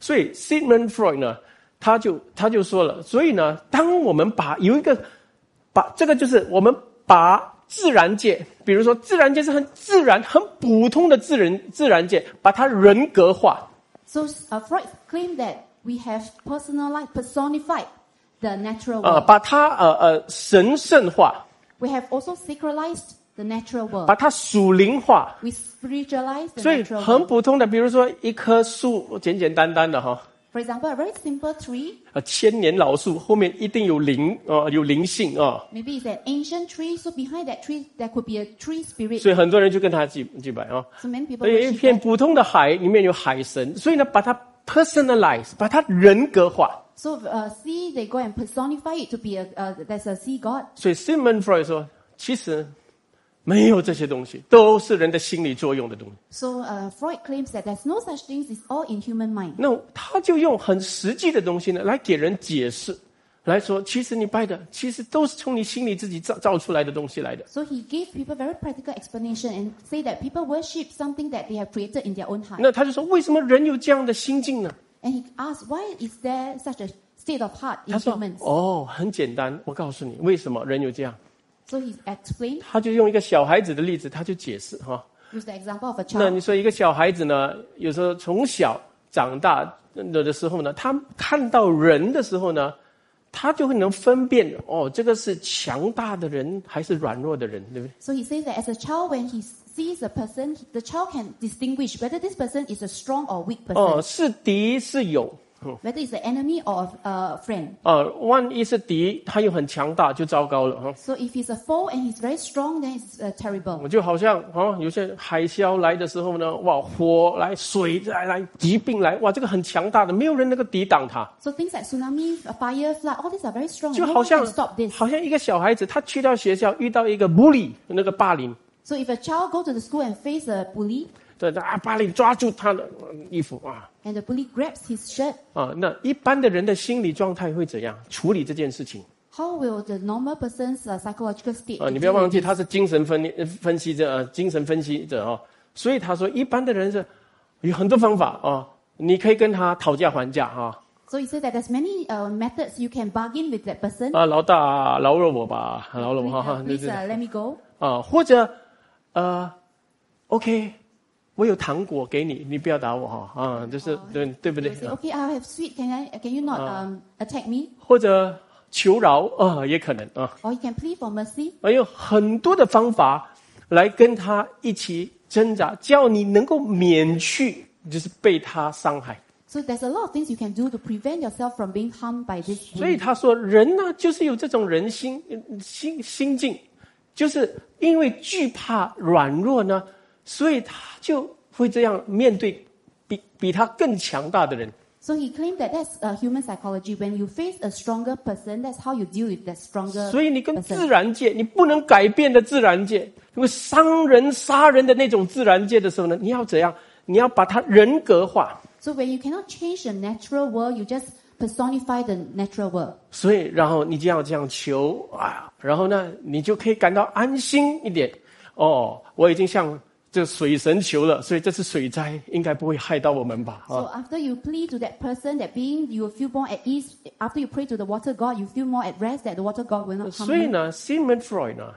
[SPEAKER 1] 所以 Sigmund Freud 呢，他就他就说了，所以呢，当我们把有一个把这个就是我们把自然界，比如说自然界是很自然、很普通的自然自然界，把它人格化，
[SPEAKER 2] So uh, Freud claimed that we have personalized, personified the natural
[SPEAKER 1] 呃，
[SPEAKER 2] world.
[SPEAKER 1] 把它呃呃神圣化，
[SPEAKER 2] We have also sacralized the natural
[SPEAKER 1] 把
[SPEAKER 2] world.
[SPEAKER 1] 它属灵化。
[SPEAKER 2] We spiritualize the
[SPEAKER 1] 所以
[SPEAKER 2] natural
[SPEAKER 1] 很
[SPEAKER 2] world.
[SPEAKER 1] 普通的，比如说一棵树，简简单单的哈，
[SPEAKER 2] For example, a very simple tree,
[SPEAKER 1] 呃，千年老树后面一定有灵哦、有灵性哦，
[SPEAKER 2] maybe it's an ancient tree, so behind that tree there could be a tree spirit.
[SPEAKER 1] 所以很多人就跟他祭祭拜啊、
[SPEAKER 2] So many people
[SPEAKER 1] 所以一
[SPEAKER 2] worship
[SPEAKER 1] 片
[SPEAKER 2] that.
[SPEAKER 1] 普通的海里面有海神，所以呢，把它 personalize，把它人格化。
[SPEAKER 2] So uh, sea, they go and personify it to be a, uh, there's a sea god.
[SPEAKER 1] 所以 Simon Freud 说，其实没有这些东西，都是人的心理作用的东西。
[SPEAKER 2] So uh, Freud claims that there's no such things, it's all in human mind.
[SPEAKER 1] 那他就用很实际的东西呢，来给人解释。来说，其实你拜的其实都是从你心里自己造造出来的东西来的。
[SPEAKER 2] So he gave people very practical explanation and say that people worship something that they have created in their own heart.
[SPEAKER 1] 那他就说，为什么人有这样的心境呢？
[SPEAKER 2] And he asked, why is there such a state of heart in
[SPEAKER 1] 他说
[SPEAKER 2] humans?：“
[SPEAKER 1] 哦，很简单，我告诉你，为什么人有这样。
[SPEAKER 2] So he explained, ”
[SPEAKER 1] 他就用一个小孩子的例子，他就解释哈。
[SPEAKER 2] use the example of a
[SPEAKER 1] 那
[SPEAKER 2] child.
[SPEAKER 1] 你说一个小孩子呢，有时候从小长大的的时候呢，他看到人的时候呢，他就会能分辨哦，这个是强大的人还是软弱的人，对不对？
[SPEAKER 2] So he says that as a child, when he sees a person, the child can distinguish whether this person is a strong or weak person,
[SPEAKER 1] 哦，是敌是友。
[SPEAKER 2] whether it's an enemy or a a friend.
[SPEAKER 1] 啊，万一是敌，他又很强大，就糟糕了哈。
[SPEAKER 2] So if he's a foe and he's very strong, then it's uh, terrible.
[SPEAKER 1] 我就好像啊，有些海啸来的时候呢，哇，火来、水来、来疾病来，哇，这个很强大的，没有人能够抵挡它。
[SPEAKER 2] So things like tsunami, f- fire, flood, all these are very strong.
[SPEAKER 1] 就
[SPEAKER 2] and
[SPEAKER 1] 好
[SPEAKER 2] no one
[SPEAKER 1] 像
[SPEAKER 2] can 嗯 stop this.
[SPEAKER 1] 好像一个小孩子，他去到学校遇到一个 bully 那个霸凌，
[SPEAKER 2] So if a child go to the school and face a bully,
[SPEAKER 1] 对啊，霸凌抓住他的呃衣服啊
[SPEAKER 2] and the bully grabs his shirt,
[SPEAKER 1] 啊，那一般的人的心理状态会怎样处理这件事情啊
[SPEAKER 2] how will the normal person's uh, psychological state?
[SPEAKER 1] Oh, 啊？你
[SPEAKER 2] be
[SPEAKER 1] 不要
[SPEAKER 2] dealing
[SPEAKER 1] 忘
[SPEAKER 2] with
[SPEAKER 1] 记
[SPEAKER 2] this?
[SPEAKER 1] 他是精神分呃分析者，呃，精神分析者哦，所以他说一般的人是有很多方法啊，你可以跟他讨价还价啊。
[SPEAKER 2] So he said that there's many uh, methods you can bargain with that person.
[SPEAKER 1] 啊，老大饶了我吧，饶了
[SPEAKER 2] please
[SPEAKER 1] 我哈哈
[SPEAKER 2] uh,，
[SPEAKER 1] 对
[SPEAKER 2] please,
[SPEAKER 1] Oh, 对
[SPEAKER 2] uh,
[SPEAKER 1] 对
[SPEAKER 2] let me go.
[SPEAKER 1] 啊，或者呃，OK，我有糖果给你，你不要打我哈啊，就是对对不
[SPEAKER 2] He
[SPEAKER 1] 对
[SPEAKER 2] will？say, okay, I have sweet. Can I? Can you not
[SPEAKER 1] Ah.
[SPEAKER 2] um, attack me?
[SPEAKER 1] 或者求饶啊，也可能啊，
[SPEAKER 2] Or you can plead for mercy.
[SPEAKER 1] 而有很多的方法来跟他一起挣扎，叫你能够免去就是被他伤害。
[SPEAKER 2] So there's a lot of things you can do to prevent yourself from being harmed by this.
[SPEAKER 1] 所以他说，人呢就是有这种人心嗯心心境，就是因为惧怕软弱呢，所以他就会这样面对比比他更强大的人。
[SPEAKER 2] So he claimed that that's uh, human psychology. When you face a stronger person, that's how you deal with that stronger
[SPEAKER 1] 所以你跟自
[SPEAKER 2] person.
[SPEAKER 1] 然界，你不能改变的自然界，如果伤人杀人的那种自然界的时候呢，你要怎样？你要把它人格化，
[SPEAKER 2] So when you cannot change the natural world, you just personify the natural world.
[SPEAKER 1] 所以然后你就要这样求啊，然后呢，你就可以感到安心一点。哦，我已经向这水神求了，所以这次水灾应该不会害到我们吧？啊，
[SPEAKER 2] So after you plead to that person, that being, you will feel more at ease. After you pray to the water god, you feel more at rest that the water god will not harm
[SPEAKER 1] 所以
[SPEAKER 2] you.
[SPEAKER 1] 呢，Simon Freud 呢，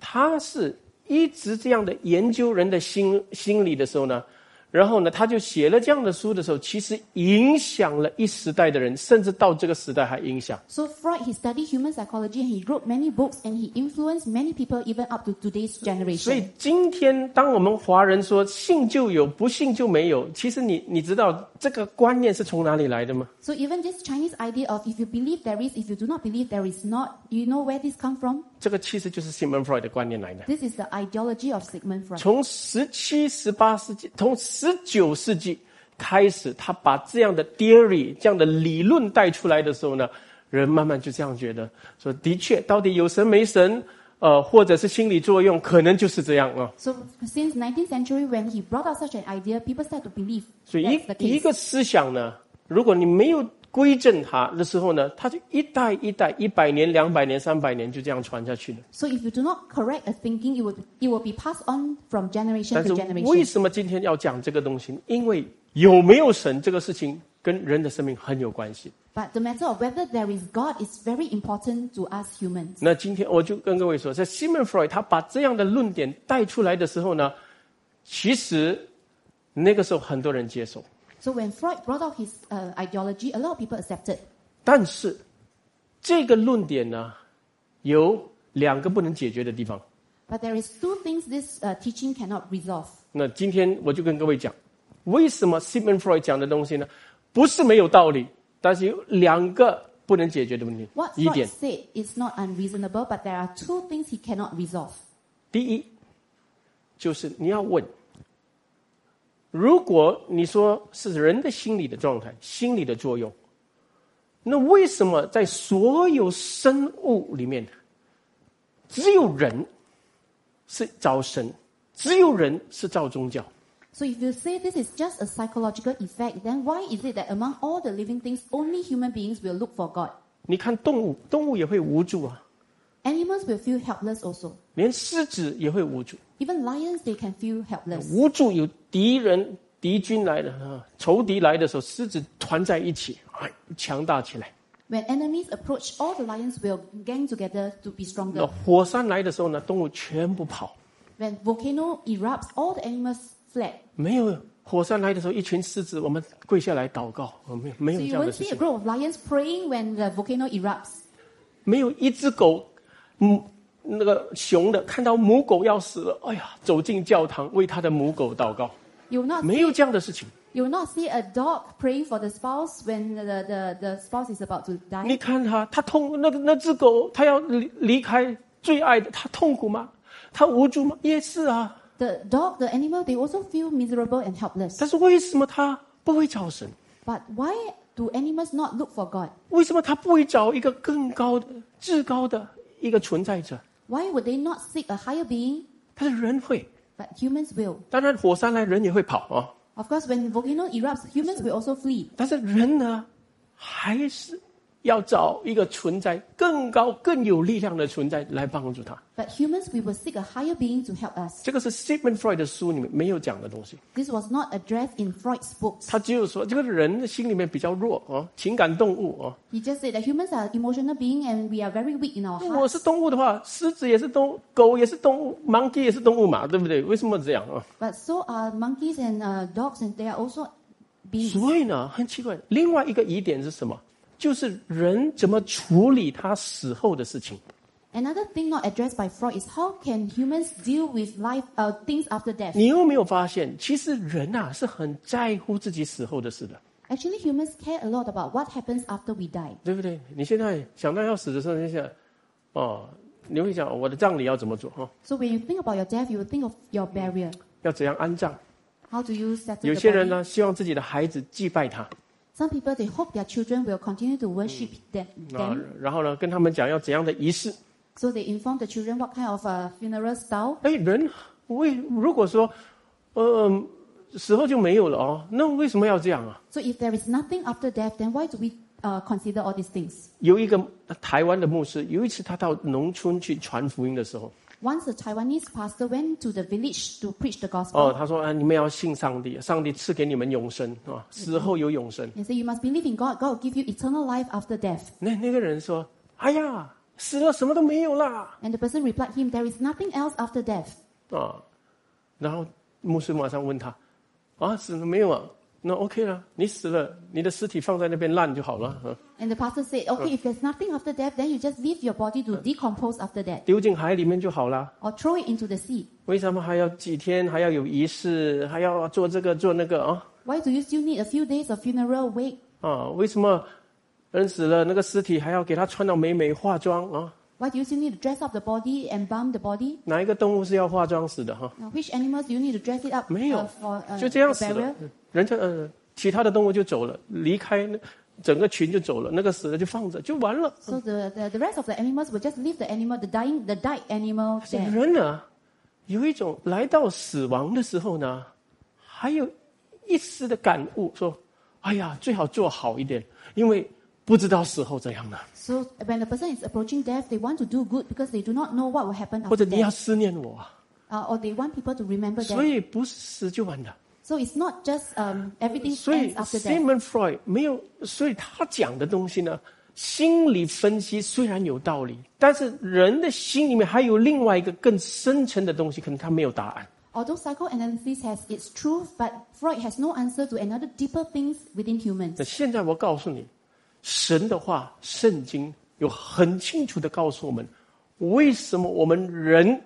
[SPEAKER 1] 他是一直这样的研究人的心心理的时候呢，然后呢，他就写了这样的书的时候，其实影响了一时代的人，甚至到这个时代还影响。
[SPEAKER 2] So Freud, he studied human psychology and he wrote many books and he influenced many people even up to today's
[SPEAKER 1] 所以
[SPEAKER 2] generation.
[SPEAKER 1] 今天，当我们华人说信就有，不信就没有，其实你你知道这个观念是从哪里来的吗？
[SPEAKER 2] So even this Chinese idea of if you believe there is, if you do not believe there is not, you know where this come from?
[SPEAKER 1] 这个其实就是 Simon Freud 的观念来的。
[SPEAKER 2] This is the ideology of Sigmund Freud.
[SPEAKER 1] 从十七、十八世纪，从十九世纪开始，他把这样的 theory、这样的理论带出来的时候呢，人慢慢就这样觉得，说的确，到底有神没神，呃，或者是心理作用，可能就是这样啊。
[SPEAKER 2] So since 19th century, when he brought out such an idea, people start to believe
[SPEAKER 1] 所以
[SPEAKER 2] that's the
[SPEAKER 1] 一一
[SPEAKER 2] case.
[SPEAKER 1] 个思想呢，如果你没有归正它的时候呢，它就一代一代、一百年、两百年、三百年就这样传下去的。
[SPEAKER 2] So if you do not correct a thinking, it will it will be passed on from generation
[SPEAKER 1] 但是
[SPEAKER 2] to
[SPEAKER 1] 为
[SPEAKER 2] generation.
[SPEAKER 1] 什么今天要讲这个东西？因为有没有神这个事情跟人的生命很有关系。
[SPEAKER 2] But the matter of whether there is God is very important to us humans.
[SPEAKER 1] 那今天我就跟各位说，在 Simon Freud 他把这样的论点带出来的时候呢，其实那个时候很多人接受，
[SPEAKER 2] So when Freud brought out his uh, ideology, a lot of people accepted.
[SPEAKER 1] 但是这个论点呢，有两个不能解决的地方。
[SPEAKER 2] But there is two things this uh, teaching cannot resolve.
[SPEAKER 1] 那今天我就跟各位讲，为什么 Simon Freud 讲的东西呢，不是没有道理，但是有两个不能解决的问题
[SPEAKER 2] What。
[SPEAKER 1] 疑
[SPEAKER 2] Freud
[SPEAKER 1] 点，
[SPEAKER 2] said is not unreasonable, but there are two things he cannot resolve.
[SPEAKER 1] 第一就是你要问，如果你说是人的心理的状态、心理的作用，那为什么在所有生物里面，只有人是造神，只有人是造宗教？
[SPEAKER 2] So if you say this is just a psychological effect, then why is it that among all the living things, only human beings will look for God?
[SPEAKER 1] 你看动物，动物也会无助啊，
[SPEAKER 2] Animals will feel helpless also.
[SPEAKER 1] 连狮子也会无助。
[SPEAKER 2] Even lions, they can feel helpless.
[SPEAKER 1] 无助有敌人、敌军来了啊，仇敌来的时候，狮子团在一起，哎，强大起来。
[SPEAKER 2] When enemies approach, all the lions will gang together to be
[SPEAKER 1] 那
[SPEAKER 2] stronger.
[SPEAKER 1] 火山来的时候呢，动物全部跑，
[SPEAKER 2] When volcano erupts, all the animals fled.
[SPEAKER 1] 没有火山来的时候，一群狮子我们跪下来祷告，啊没有没有
[SPEAKER 2] So
[SPEAKER 1] 这
[SPEAKER 2] you
[SPEAKER 1] 样的
[SPEAKER 2] won't
[SPEAKER 1] 事
[SPEAKER 2] see a
[SPEAKER 1] 情，
[SPEAKER 2] group of lions praying when the volcano erupts.
[SPEAKER 1] 没有一只狗，嗯，那个雄的看到母狗要死了，哎呀，走进教堂为他的母狗祷告，
[SPEAKER 2] You will not
[SPEAKER 1] 没有这样的事情。
[SPEAKER 2] you will not see a dog praying for the spouse when the, the, the spouse is about to
[SPEAKER 1] 你
[SPEAKER 2] die.
[SPEAKER 1] 看它，它痛，那个那只狗，它要离离开最爱的，它痛苦吗？它无助吗？也是啊。
[SPEAKER 2] The dog, the animal, they also feel miserable and helpless.
[SPEAKER 1] 但是为什么它不会找神？
[SPEAKER 2] But why do animals not look for God?
[SPEAKER 1] 为什么它不会找一个更高的、至高的一个存在者？
[SPEAKER 2] Why would they not seek a higher being?
[SPEAKER 1] 但是人会，
[SPEAKER 2] But humans will.
[SPEAKER 1] 当然火山来人也会跑啊，
[SPEAKER 2] Of course, when volcano erupts, humans will also flee.
[SPEAKER 1] 但是人呢，还是要找一个存在更高、更有力量的存在来帮助他。
[SPEAKER 2] But humans, we will seek a higher being to help us.
[SPEAKER 1] 这个是 Sigmund Freud 的书里面没有讲的东西。
[SPEAKER 2] This was not addressed in Freud's books.
[SPEAKER 1] 他只有说，这个人的心里面比较弱啊，情感动物啊。
[SPEAKER 2] He just said that humans are emotional beings and we are very weak in our
[SPEAKER 1] 我
[SPEAKER 2] hearts.
[SPEAKER 1] 是动物的话，狮子也是动物，狗也是动物，monkey 也是动物嘛，对不对？为什么这样啊？
[SPEAKER 2] But so are monkeys and uh, dogs, and they are also beings.
[SPEAKER 1] 所以呢，很奇怪。另外一个疑点是什么？就是人怎么处理他死后的事情？
[SPEAKER 2] Another thing not addressed by Freud is how can humans deal with life, uh, things after death.
[SPEAKER 1] 你有没有发现，其实人呐、是很在乎自己死后的事的，
[SPEAKER 2] Actually, humans care a lot about what happens after we die.
[SPEAKER 1] 对不对？你现在想到要死的时候，你就想，哦，你会想我的葬礼要怎么做啊？
[SPEAKER 2] So when you think about your death, you will think of your burial.
[SPEAKER 1] 要怎样安葬？
[SPEAKER 2] How do you settle
[SPEAKER 1] 有
[SPEAKER 2] the
[SPEAKER 1] 些人
[SPEAKER 2] body?
[SPEAKER 1] 呢，希望自己的孩子祭拜他啊
[SPEAKER 2] Some people they hope their children will continue to worship
[SPEAKER 1] Hmm.
[SPEAKER 2] them.
[SPEAKER 1] 啊
[SPEAKER 2] them.，
[SPEAKER 1] 然后呢，跟他们讲要怎样的仪式。
[SPEAKER 2] So they inform the children what kind of uh, funeral style.
[SPEAKER 1] 哎，人为如果说，呃，死后就没有了哦，那为什么要这样啊？
[SPEAKER 2] So if there is nothing after death, then why do we uh, consider all these things?
[SPEAKER 1] 有一个台湾的牧师，有一次他到农村去传福音的时候，
[SPEAKER 2] Once a Taiwanese pastor went to the village to preach the gospel
[SPEAKER 1] 哦，他说啊，你们要信上帝，上帝赐给你们永生啊，死后有永生。
[SPEAKER 2] and said, "You must believe in God. God will give you eternal life after death."
[SPEAKER 1] 那那个人说，哎呀，死了什么都没有啦
[SPEAKER 2] And the person replied him, "There is nothing else after death."
[SPEAKER 1] 啊。然后牧师马上问他，啊，死了没有啊？那 OK 了，你死了，你的尸体放在那边烂就好了，啊、
[SPEAKER 2] And the pastor said, "Okay, if there's nothing after death, then you just leave your body to decompose after that,
[SPEAKER 1] 丢进海里面就好了。
[SPEAKER 2] or throw it into the sea.
[SPEAKER 1] 为什么还要几天，还要有仪式，还要做这个做那个啊
[SPEAKER 2] Why do you still need a few days of funeral wake?
[SPEAKER 1] 啊？为什么人死了，那个尸体还要给他穿到美美化妆啊？
[SPEAKER 2] Why do you still need to dress up the body, embalm the body?
[SPEAKER 1] 哪一个动物是要化妆死的哈、
[SPEAKER 2] Now, which animals do you need to dress it up
[SPEAKER 1] 没
[SPEAKER 2] uh,
[SPEAKER 1] 有
[SPEAKER 2] for，uh,
[SPEAKER 1] 就这样死
[SPEAKER 2] burial?
[SPEAKER 1] 了。人家呃，其他的动物就走了，离开那整个群就走了，那个死了就放着就完了。
[SPEAKER 2] So the, the, the rest of the animals will just leave the animal, the dying, the died animal
[SPEAKER 1] 但
[SPEAKER 2] there.
[SPEAKER 1] 是人呢，有一种来到死亡的时候呢，还有一丝的感悟，说：“哎呀，最好做好一点，因为不知道死后怎样呢。”
[SPEAKER 2] So when a person is approaching death, they want to do good because they do not know what will happen
[SPEAKER 1] 或者
[SPEAKER 2] after
[SPEAKER 1] 你要
[SPEAKER 2] death,
[SPEAKER 1] 思念我啊。
[SPEAKER 2] uh, or they want people to remember
[SPEAKER 1] 所
[SPEAKER 2] them.
[SPEAKER 1] 以不是死就完的。
[SPEAKER 2] So it's not just um, everything
[SPEAKER 1] 所以
[SPEAKER 2] ends after death.
[SPEAKER 1] Simon Freud 没有，所以他讲的东西呢，心理分析虽然有道理，但是人的心里面还有另外一个更深层的东西，可能他没有答案。
[SPEAKER 2] Although psychoanalysis has its truth, but Freud has no answer to another deeper things within
[SPEAKER 1] 那
[SPEAKER 2] humans.
[SPEAKER 1] 现在我告诉你，神的话，圣经有很清楚的告诉我们，为什么我们人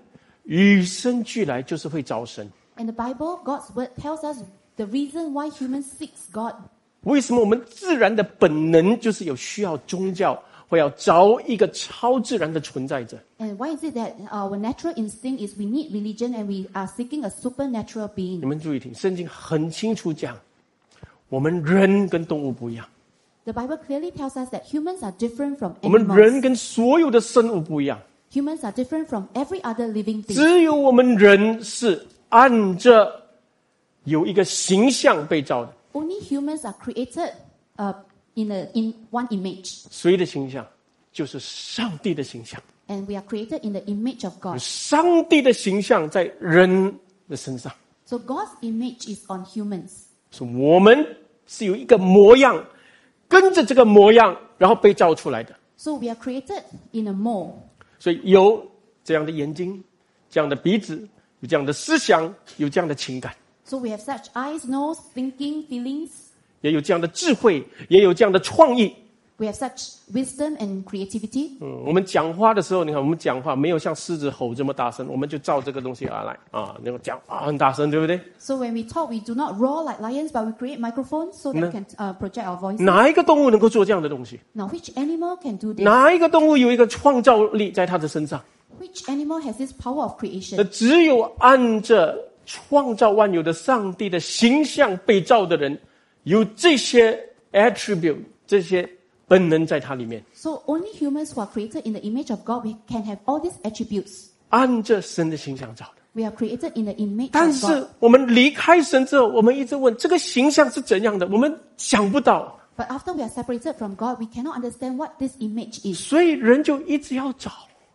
[SPEAKER 1] 与生俱来就是会找神。
[SPEAKER 2] And the Bible, God's word, tells us the reason why humans seeks God
[SPEAKER 1] 为什么我们自然的本能就是有需要宗教，或要找一个超自然的存在者？
[SPEAKER 2] And why is it that our natural instinct is we need religion and we are seeking a supernatural
[SPEAKER 1] 你
[SPEAKER 2] being?
[SPEAKER 1] 们注意听，圣经很清楚讲，我们人跟动物不一样，
[SPEAKER 2] The Bible clearly tells us that humans are different from
[SPEAKER 1] 我们人
[SPEAKER 2] animals.
[SPEAKER 1] 跟所有的生物不一样，
[SPEAKER 2] Humans are different from every other living thing.
[SPEAKER 1] 只有我们人是按着有一个形象被造的。
[SPEAKER 2] Only humans are created uh, in a in one image,
[SPEAKER 1] 谁的形象？就是上帝的形象。
[SPEAKER 2] and we are created in the image of God.
[SPEAKER 1] 上帝的形象在人的身上，
[SPEAKER 2] So God's image is on humans.
[SPEAKER 1] 是我们是有一个模样，跟着这个模样，然后被造出来的。
[SPEAKER 2] So we are created in a mold.
[SPEAKER 1] 所以有这样的眼睛，这样的鼻子，有这样的思想，有这样的情感，
[SPEAKER 2] So we have such eyes, nose, thinking, feelings.
[SPEAKER 1] 也有这样的智慧，也有这样的创意。
[SPEAKER 2] We have such wisdom and creativity.
[SPEAKER 1] 嗯，我们讲话的时候，你看我们讲话没有像狮子吼这么大声，我们就照这个东西而来啊，那个讲啊很大声，对不对？
[SPEAKER 2] So when we talk, we do not roar like lions, but we create microphones so that we can uh, project our voice.
[SPEAKER 1] 哪一个动物能够做这样的东西？
[SPEAKER 2] Now, which animal can do this?
[SPEAKER 1] 哪一个动物有一个创造力在它的身上？
[SPEAKER 2] Which animal has this power of
[SPEAKER 1] 那
[SPEAKER 2] creation?
[SPEAKER 1] 只有按着创造万有的上帝的形象被造的人，有这些 attribute 这些本能在它里面，
[SPEAKER 2] So only humans who are created in the image of God we can have all these attributes.
[SPEAKER 1] 按着神的形象造的。
[SPEAKER 2] We are created in the image
[SPEAKER 1] 但
[SPEAKER 2] of
[SPEAKER 1] 是
[SPEAKER 2] God.
[SPEAKER 1] 我们离开神之后，我们一直问这个形象是怎样的，我们想不到。
[SPEAKER 2] But after we are separated from God, we cannot understand what this image is.
[SPEAKER 1] 所以人就一直要找，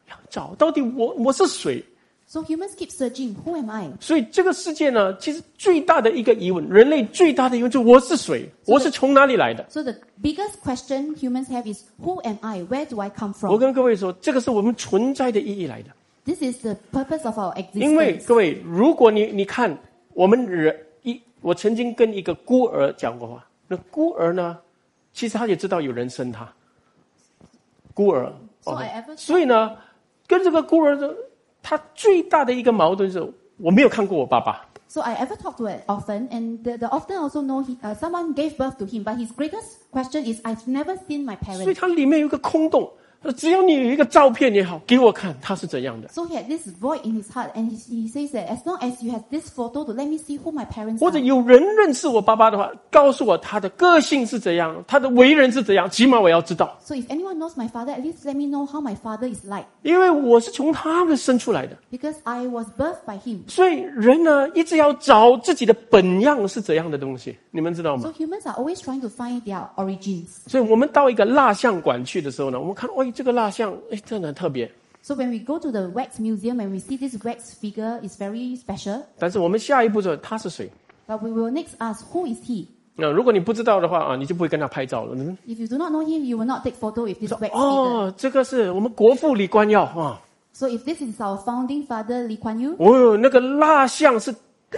[SPEAKER 1] 要找到底我我是谁。
[SPEAKER 2] So humans keep searching, who am I?
[SPEAKER 1] 所以这个世界呢，其实最大的一个疑问，人类最大的疑问就是我是谁，我是从哪里来的？
[SPEAKER 2] So the biggest question humans have is, who am I? Where do I come
[SPEAKER 1] 我
[SPEAKER 2] from?
[SPEAKER 1] 跟各位说，这个是我们存在的意义来的。
[SPEAKER 2] This is the purpose of our
[SPEAKER 1] 因为
[SPEAKER 2] existence.
[SPEAKER 1] 各位，如果你你看我们人一，我曾经跟一个孤儿讲过话，那孤儿呢，其实他也知道有人生他，孤儿，
[SPEAKER 2] So
[SPEAKER 1] 哦
[SPEAKER 2] I ever-
[SPEAKER 1] 所以呢，跟这个孤儿的他最大的一个矛盾是，我没有看过我爸爸。
[SPEAKER 2] So I ever talk to an orphan, and the, the orphan also know he, uh, someone gave birth to him. But his greatest question is, I've never seen my
[SPEAKER 1] 所以
[SPEAKER 2] parents.
[SPEAKER 1] 它里面有一个空洞。只要你有一个照片也好，给我看他是怎样的，
[SPEAKER 2] So he had this void in his heart, and he, he says that as long as you have this photo to let me see who my parents
[SPEAKER 1] 或者
[SPEAKER 2] are,
[SPEAKER 1] 有人认识我爸爸的话，告诉我他的个性是怎样，他的为人是怎样，起码我要知道，
[SPEAKER 2] so if anyone knows my father, at least let me know how my father is like,
[SPEAKER 1] 因为我是从他们生出来的。
[SPEAKER 2] because I was birthed by him.
[SPEAKER 1] 所以人呢，一直要找自己的本样是怎样的东西，你们知道
[SPEAKER 2] So
[SPEAKER 1] 吗？
[SPEAKER 2] humans are always trying to find their origins.
[SPEAKER 1] 所以我们到一个蜡像馆去的时候呢，我们看，哎，这个蜡像，哎，真的很特别。
[SPEAKER 2] So when we go to the wax museum and we see this wax figure, it's very special.
[SPEAKER 1] 但是我们下一步说他是谁？
[SPEAKER 2] But we will next ask, who is he?
[SPEAKER 1] 那、如果你不知道的话啊，你就不会跟他拍照了。嗯
[SPEAKER 2] If you do not know him, you will not take photo with this wax figure.
[SPEAKER 1] 哦，这个是我们国父李光耀啊。
[SPEAKER 2] So if this is our founding father Lee Kuan Yew,
[SPEAKER 1] 哦，那个蜡像是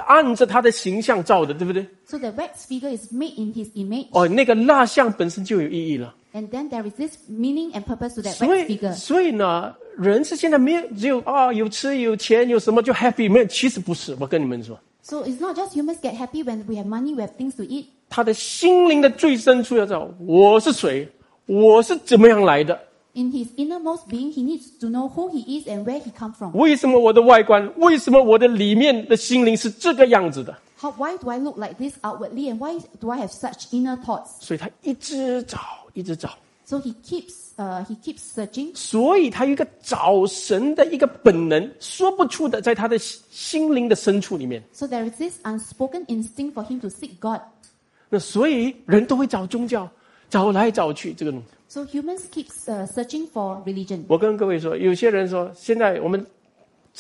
[SPEAKER 1] 按着他的形象造的，对不对？
[SPEAKER 2] so the wax figure is made in his image,
[SPEAKER 1] 哦，那个蜡像本身就有意义了。
[SPEAKER 2] and then there is this meaning and purpose to that
[SPEAKER 1] 所
[SPEAKER 2] wax
[SPEAKER 1] 以，
[SPEAKER 2] figure.
[SPEAKER 1] 所以呢，人是现在没有只有啊、有吃有钱有什么就 happy 没有？其实不是，我跟你们说，
[SPEAKER 2] So it's not just humans get happy when we have money, we have things to eat.
[SPEAKER 1] 他的心灵的最深处要知道我是谁，我是怎么样来的，
[SPEAKER 2] In his innermost being, he needs to know who he is and where he come from.
[SPEAKER 1] 为什么我的外观，为什么我的里面的心灵是这个样子的？
[SPEAKER 2] How, why do I look like this outwardly, and why do I have such inner thoughts?
[SPEAKER 1] 所以他一直找，一直找，
[SPEAKER 2] So he keeps, uh, he keeps searching.
[SPEAKER 1] 所以他有一个找神的一个本能，说不出的，在他的心心灵的深处里面。
[SPEAKER 2] So there is this unspoken instinct for him to seek God.
[SPEAKER 1] 那所以人都会找宗教，找来找去这个东西。
[SPEAKER 2] So humans keep uh, searching for religion.
[SPEAKER 1] 我跟各位说，有些人说，现在我们吃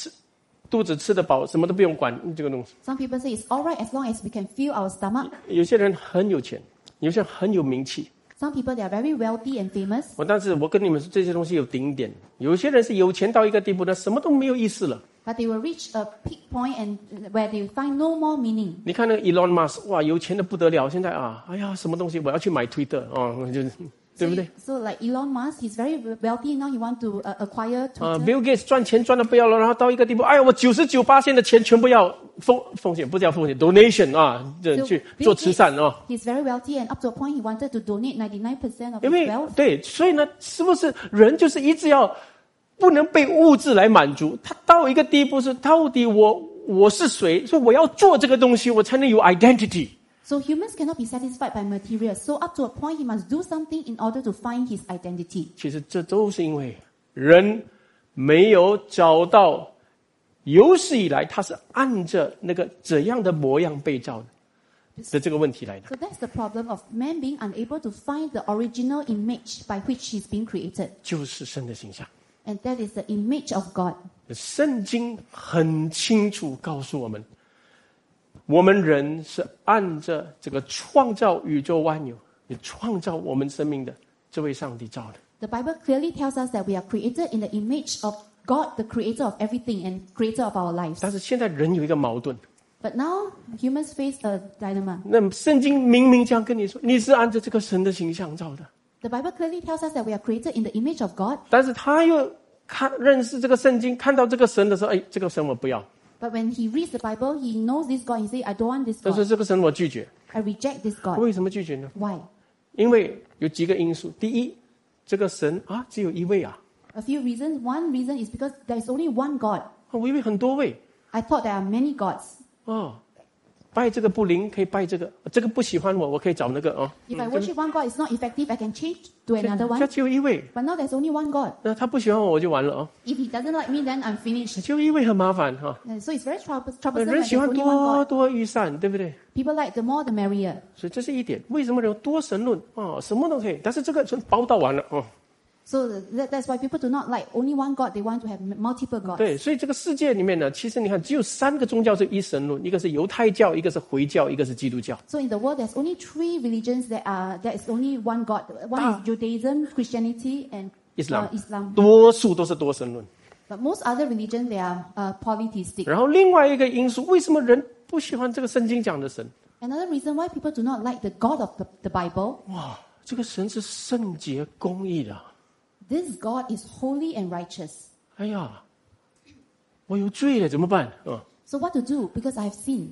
[SPEAKER 1] 肚子吃得饱，什么都不用管这个东西。
[SPEAKER 2] Some people say it's all right as long as we can fill our stomach.
[SPEAKER 1] 有些人很有钱，有些人很有名气。
[SPEAKER 2] Some people they are very wealthy and famous.
[SPEAKER 1] 我但是我跟你们说，这些东西有顶点。有些人是有钱到一个地步呢，什么都没有意思了。
[SPEAKER 2] But they will reach a peak point and uh, where they find no more meaning.
[SPEAKER 1] 你看那个 Elon Musk，哇，有钱的不得了。现在啊，哎呀，什么东西我要去买 Twitter 啊、就是对
[SPEAKER 2] So,
[SPEAKER 1] 不
[SPEAKER 2] you-
[SPEAKER 1] 对？
[SPEAKER 2] so like Elon Musk, he's very wealthy now. He want to uh, acquire
[SPEAKER 1] 啊
[SPEAKER 2] Twitter.
[SPEAKER 1] Ah, ，Bill Gates 赚钱赚的不要了，然后到一个地步，哎呀，我九十九八线的钱全部要风风险，不叫风险，donation 啊，这
[SPEAKER 2] So
[SPEAKER 1] 去
[SPEAKER 2] Bill
[SPEAKER 1] 做慈善啊。
[SPEAKER 2] He's very wealthy and up to a point he wanted to donate 99% of
[SPEAKER 1] 因
[SPEAKER 2] his
[SPEAKER 1] 为
[SPEAKER 2] wealth.
[SPEAKER 1] 对，所以呢，是不是人就是一直要不能被物质来满足？他到一个地步是，到底我我是谁？所以我要做这个东西，我才能有 identity。
[SPEAKER 2] So humans cannot be satisfied by materials. So up to a point he must do something in order to find his identity.
[SPEAKER 1] 其实这都是因为人没有找到有史以来他是按着那个怎样的模样被造的，的这个问题来的。
[SPEAKER 2] So that's the problem of man being unable to find the original image by which he's being created.
[SPEAKER 1] 就是神的形象。
[SPEAKER 2] And that is the image of God.
[SPEAKER 1] 圣经很清楚告诉我们，我们人是按着这个创造宇宙万有、也创造我们生命的这位上帝造的。
[SPEAKER 2] The Bible clearly tells us that we are created in the image of God, the creator of everything and creator of our lives.
[SPEAKER 1] 但是现在人有一个矛盾，
[SPEAKER 2] But now humans face a dilemma.
[SPEAKER 1] 那圣经明明这样跟你说，你是按着这个神的形象造的，
[SPEAKER 2] The Bible clearly tells us that we are created in the image of God,
[SPEAKER 1] 但是他又看认识这个圣经，看到这个神的时候，哎，这个神我不要，
[SPEAKER 2] but when he reads the Bible, he knows this God. He says, I don't want this
[SPEAKER 1] 但是
[SPEAKER 2] God.
[SPEAKER 1] 这个神我拒绝。
[SPEAKER 2] I reject this God.
[SPEAKER 1] 为什么拒绝呢？
[SPEAKER 2] Why?
[SPEAKER 1] 因为有几个因素。第一，这个神啊只有一位啊，
[SPEAKER 2] A few reasons. One reason is because there is only one God.
[SPEAKER 1] 啊我以为很多位。
[SPEAKER 2] I thought there are many gods.
[SPEAKER 1] 哦，拜这个不灵，可以拜这个，这个不喜欢我，我可以找那个哦。
[SPEAKER 2] If I worship one God, it's not effective. I Mm, can change
[SPEAKER 1] 这
[SPEAKER 2] to another
[SPEAKER 1] 这
[SPEAKER 2] one.
[SPEAKER 1] 只有一位，
[SPEAKER 2] But now there's only one God.
[SPEAKER 1] 那他不喜欢我，我就完了哦。
[SPEAKER 2] If he doesn't like me, then I'm finished.
[SPEAKER 1] 只有一位很麻烦哈、
[SPEAKER 2] And so it's very troubles-
[SPEAKER 1] 呃
[SPEAKER 2] troublesome.
[SPEAKER 1] 人
[SPEAKER 2] when
[SPEAKER 1] 喜
[SPEAKER 2] there's
[SPEAKER 1] 欢
[SPEAKER 2] only one
[SPEAKER 1] 多
[SPEAKER 2] God.
[SPEAKER 1] 多益善，对不对？
[SPEAKER 2] People like the more the merrier.
[SPEAKER 1] 所以这是一点。为什么人有多神论哦，什么都可以，但是这个全包到完了哦。
[SPEAKER 2] So that, that's why people do not like only one God. They want to have m- multiple gods.
[SPEAKER 1] 对，所以这个世界里面呢，其实你看，只有三个宗教是一神论，一个是犹太教，一个是回教，一个是基督教。
[SPEAKER 2] So in the world, there's only three religions that are there is only one God. One is Judaism, Christianity, and
[SPEAKER 1] Islam
[SPEAKER 2] uh, Ah. Islam.
[SPEAKER 1] 多数都是多神论。
[SPEAKER 2] But most other religions they are uh, polytheistic.
[SPEAKER 1] 然后另外一个因素，为什么人不喜欢这个圣经讲的神？
[SPEAKER 2] Another reason why people do not like the God of the, the Bible.
[SPEAKER 1] 哇，这个神是圣洁公义的。啊
[SPEAKER 2] This God is holy and righteous.
[SPEAKER 1] 哎呀，我有罪了，怎么办？啊、
[SPEAKER 2] So what to do? Because I have sinned.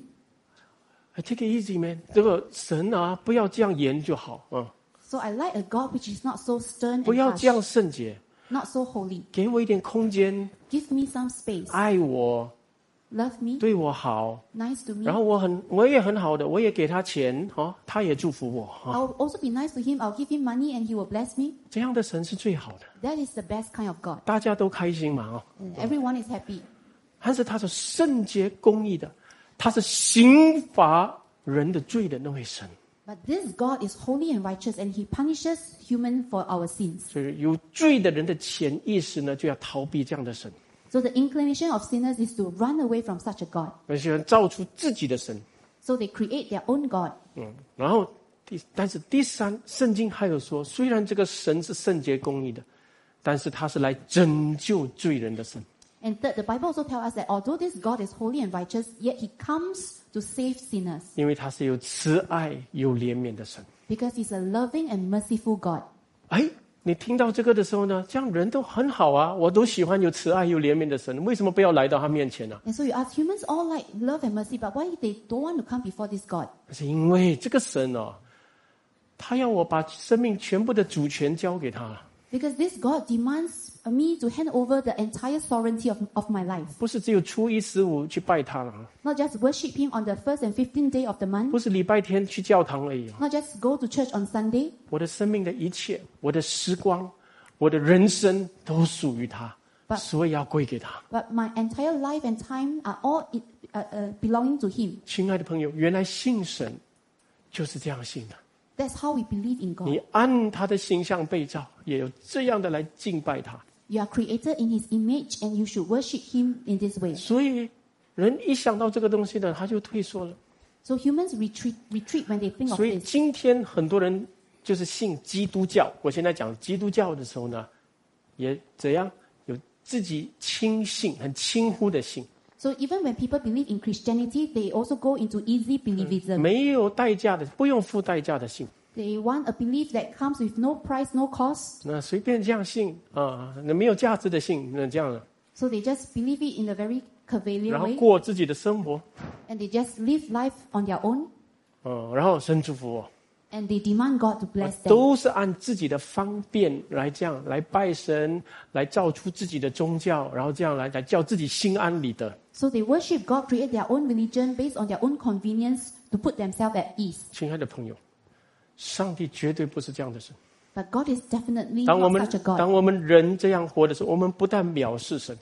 [SPEAKER 1] i take it easy man，这个神啊，不要这样严就好啊、嗯
[SPEAKER 2] So I like a God which is not so stern
[SPEAKER 1] 不
[SPEAKER 2] and
[SPEAKER 1] 要
[SPEAKER 2] harsh,
[SPEAKER 1] 这样圣洁，
[SPEAKER 2] not so holy.
[SPEAKER 1] 给我一点空间，
[SPEAKER 2] Give me some space.
[SPEAKER 1] 爱我，
[SPEAKER 2] Love me.
[SPEAKER 1] 对我好，
[SPEAKER 2] Nice to me.
[SPEAKER 1] 然后我很我也很好的，我也给他钱哦，他也祝福我啊、哦
[SPEAKER 2] I'll also be nice to him. I'll give him money and he will bless me.
[SPEAKER 1] 这样的神是最好的，
[SPEAKER 2] That is the best kind of God.
[SPEAKER 1] 大家都开心嘛哦。
[SPEAKER 2] And everyone is happy.
[SPEAKER 1] 但是他是圣洁公义的，他是刑罚人的罪的那位神，
[SPEAKER 2] But this God is holy and righteous, and He punishes human for our sins.
[SPEAKER 1] 所以有罪的人的潜意识呢，就要逃避这样的神。
[SPEAKER 2] So the inclination of sinners is to run away from such a God.
[SPEAKER 1] 有些人造出自己的神，
[SPEAKER 2] So they create their own God.
[SPEAKER 1] 嗯，然后第但是第三，圣经还有说，虽然这个神是圣洁公义的，但是他是来拯救罪人的神，
[SPEAKER 2] And third, the Bible also tells us that although this God is holy and righteous, yet He comes to save sinners
[SPEAKER 1] 因为他是有慈爱、有怜悯的神。
[SPEAKER 2] because He's a loving and merciful God.
[SPEAKER 1] 哎，你听到这个的时候呢，这样人都很好啊，我都喜欢有慈爱、有怜悯的神，为什么不要来到他面前啊呢、
[SPEAKER 2] And so you ask humans all like love and mercy, but why they don't want to come before this God?
[SPEAKER 1] 是因为这个神哦，他要我把生命全部的主权交给他，
[SPEAKER 2] Because this God demands me to hand over the entire sovereignty of, of my life.
[SPEAKER 1] 不是只有初一十五去拜他了啊，
[SPEAKER 2] Not just worship Him on the first and 15th day of the month.
[SPEAKER 1] 不是礼拜天去教堂而已啊。
[SPEAKER 2] not just go to church on Sunday,
[SPEAKER 1] 我的生命的一切，我的时光，我的人生都属于他，
[SPEAKER 2] But-
[SPEAKER 1] 所以要归给他。
[SPEAKER 2] but my entire life and time are all it, uh, uh, belonging to Him.
[SPEAKER 1] 亲爱的朋友，原来信神就是这样信的，
[SPEAKER 2] That's how we believe in God.
[SPEAKER 1] 你按他的形象被造，也有这样的来敬拜他。
[SPEAKER 2] You are created in His image and you should worship Him in this way.
[SPEAKER 1] 所以，人一想到这个东西呢，他就退缩了。
[SPEAKER 2] So humans retreat, retreat when they think of
[SPEAKER 1] 所以
[SPEAKER 2] this.
[SPEAKER 1] 今天很多人就是信基督教。我现在讲基督教的时候呢，也怎样有自己轻信、很轻忽的信，
[SPEAKER 2] So even when people believe in Christianity, they also go into easy believism.
[SPEAKER 1] 没有代价的、不用付代价的信，
[SPEAKER 2] They want a belief that comes with no price, no cost.
[SPEAKER 1] 那随便这样信啊，那没有价值的信，那这样的，
[SPEAKER 2] So they just believe it in a very
[SPEAKER 1] 然
[SPEAKER 2] cavalier
[SPEAKER 1] 后
[SPEAKER 2] way
[SPEAKER 1] 过自己的生活，
[SPEAKER 2] and they just live life on their own
[SPEAKER 1] 嗯，然后神祝福我，
[SPEAKER 2] and they demand God to bless them.
[SPEAKER 1] 都是按自己的方便来这样来拜神，来造出自己的宗教，然后这样来来叫自己心安理得。
[SPEAKER 2] So they worship God, create their own religion based on their own convenience to put themselves at ease.
[SPEAKER 1] 亲爱的朋友，上帝绝对不是这样的神。
[SPEAKER 2] But God is definitely
[SPEAKER 1] 当我
[SPEAKER 2] not
[SPEAKER 1] 们
[SPEAKER 2] such a God.
[SPEAKER 1] 当我们人这样活的时候，我们不但藐视神，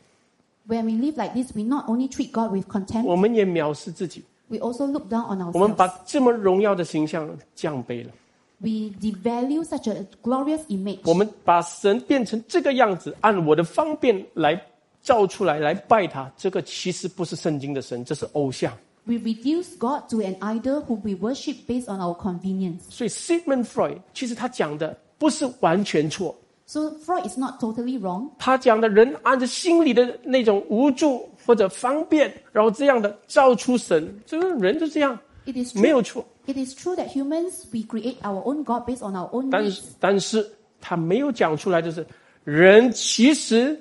[SPEAKER 2] When we live like this, we not only treat God with contempt,
[SPEAKER 1] 我们也藐视自己。
[SPEAKER 2] we also look down on
[SPEAKER 1] 我们把
[SPEAKER 2] ourselves.
[SPEAKER 1] 这么荣耀的形象降卑了，
[SPEAKER 2] We devalue such a glorious image.
[SPEAKER 1] 我们把神变成这个样子，按我的方便来造出来来拜他，这个其实不是圣经的神，这是偶像。
[SPEAKER 2] We reduce God to an idol who we worship based on our convenience.
[SPEAKER 1] 所以 Sigmund Freud 其实他讲的不是完全错，
[SPEAKER 2] So Freud is not totally wrong.
[SPEAKER 1] 他讲的人按着心里的那种无助或者方便，然后这样的造出神，这个人就这样
[SPEAKER 2] It is
[SPEAKER 1] 没
[SPEAKER 2] true.
[SPEAKER 1] 有错，
[SPEAKER 2] It is true that humans we create our own God based on our own
[SPEAKER 1] 但是
[SPEAKER 2] needs.
[SPEAKER 1] 但是他没有讲出来的是，人其实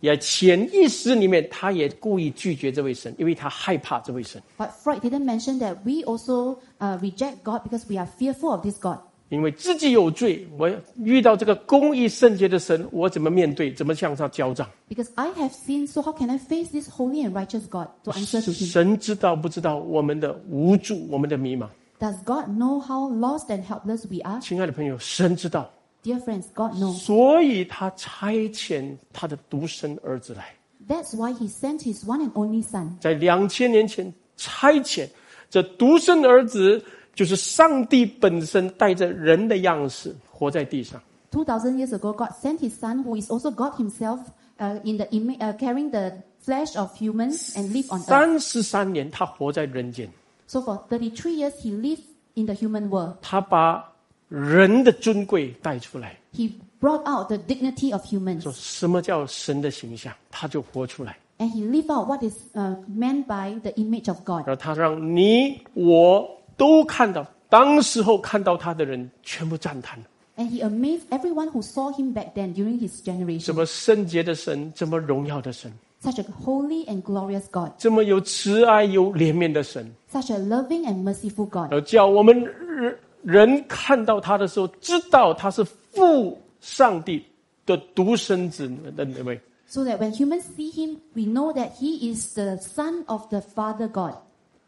[SPEAKER 1] 也潜意识里面他也故意拒绝这位神，因为他害怕这位神，
[SPEAKER 2] But Freud didn't mention that we also uh, reject God because we are fearful of this God.
[SPEAKER 1] 因为自己有罪，我遇到这个公义圣洁的神，我怎么面对，怎么向他交账？
[SPEAKER 2] Because I have sinned, so how can I face this holy and righteous God to answer to him?
[SPEAKER 1] 神知道不知道我们的无助，我们的迷茫？
[SPEAKER 2] Does God know how lost and helpless we are?
[SPEAKER 1] 亲爱的朋友，神知道，
[SPEAKER 2] Dear friends, God knows.
[SPEAKER 1] 所以他差遣他的独生儿子来，
[SPEAKER 2] That's why he sent his one and only son.
[SPEAKER 1] 在两千年前差遣这独生儿子，就是上帝本身带着人的样式活在地上。
[SPEAKER 2] 2000 years ago, God sent his son, who is also God himself, uh, in the ima- uh, carrying the flesh of humans and live on earth.
[SPEAKER 1] 三十三年，他活在人间，
[SPEAKER 2] So for 33 years, he lived in the human world.
[SPEAKER 1] 他把人的尊贵带出来，
[SPEAKER 2] He brought out the dignity of
[SPEAKER 1] 说
[SPEAKER 2] humans
[SPEAKER 1] 什么叫神的形象，他就活出来。
[SPEAKER 2] and he lived out what is uh, meant by the image of God.
[SPEAKER 1] 然后他让你我都看到，当时候看到他的人全部赞叹。
[SPEAKER 2] And he amazed everyone who saw him back then during his
[SPEAKER 1] 这
[SPEAKER 2] generation.
[SPEAKER 1] 么圣洁的神，这么荣耀的神，
[SPEAKER 2] Such a holy and glorious God.
[SPEAKER 1] 这么有慈爱、有怜悯的神，
[SPEAKER 2] Such a loving and
[SPEAKER 1] 然
[SPEAKER 2] merciful God.
[SPEAKER 1] 后呃叫我们人人看到他的时候，知道他是父上帝的独生子的那位。
[SPEAKER 2] So that when humans see him, we know that he is the son of the Father God.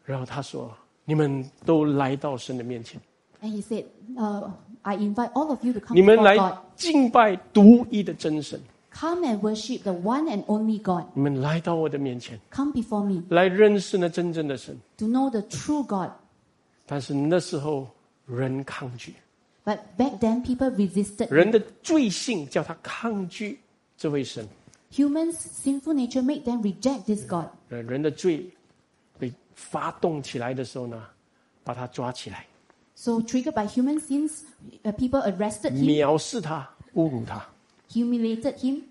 [SPEAKER 1] 然后他说：“你们都来到神的面前，
[SPEAKER 2] And he said, uh, I invite all of you to come
[SPEAKER 1] 你们
[SPEAKER 2] before
[SPEAKER 1] 来
[SPEAKER 2] God.
[SPEAKER 1] 敬拜独一的真神，
[SPEAKER 2] Come and worship the one and only God.
[SPEAKER 1] 你们来到我的面前，
[SPEAKER 2] Come before me
[SPEAKER 1] 来认识那真正的神。
[SPEAKER 2] to know the true God. ”
[SPEAKER 1] 但是那时候人抗拒，
[SPEAKER 2] But back then, people resisted.
[SPEAKER 1] 人的罪性叫他抗拒这位神。
[SPEAKER 2] Humans' sinful nature made them reject this God.
[SPEAKER 1] 呃，人的罪被发动起来的时候呢，把他抓起来，
[SPEAKER 2] So, triggered by human sins, uh, people arrested him,
[SPEAKER 1] 藐视他，侮辱他，
[SPEAKER 2] humiliated him,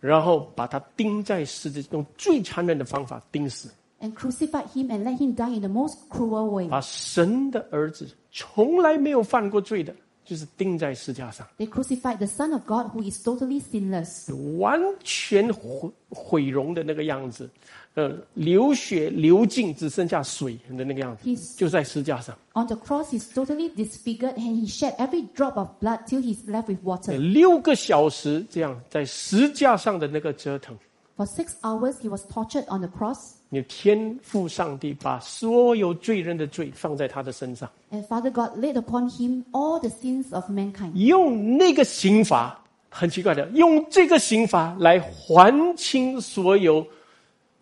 [SPEAKER 1] 然后把他钉在十字，用最残忍的方法钉死，
[SPEAKER 2] and crucified him and let him die in the most cruel way.
[SPEAKER 1] 把神的儿子从来没有犯过罪的，就是钉在十字架上，
[SPEAKER 2] They crucified the Son of God who is totally sinless,
[SPEAKER 1] 完全毁毁容的那个样子，呃，流血流尽，只剩下水的那个样子，
[SPEAKER 2] He's-
[SPEAKER 1] 就在十字架上，
[SPEAKER 2] On the cross, he's totally disfigured and he shed every drop of blood till he's left with
[SPEAKER 1] 呃
[SPEAKER 2] water.
[SPEAKER 1] 六个小时这样在十字架上的那个折腾。
[SPEAKER 2] For six hours, he was tortured on the cross,
[SPEAKER 1] 你天父上帝把所有罪人的罪放在他的身上，
[SPEAKER 2] and Father God laid upon him all the sins of mankind.
[SPEAKER 1] 用那个刑罚，很奇怪的，用这个刑罚来还清所有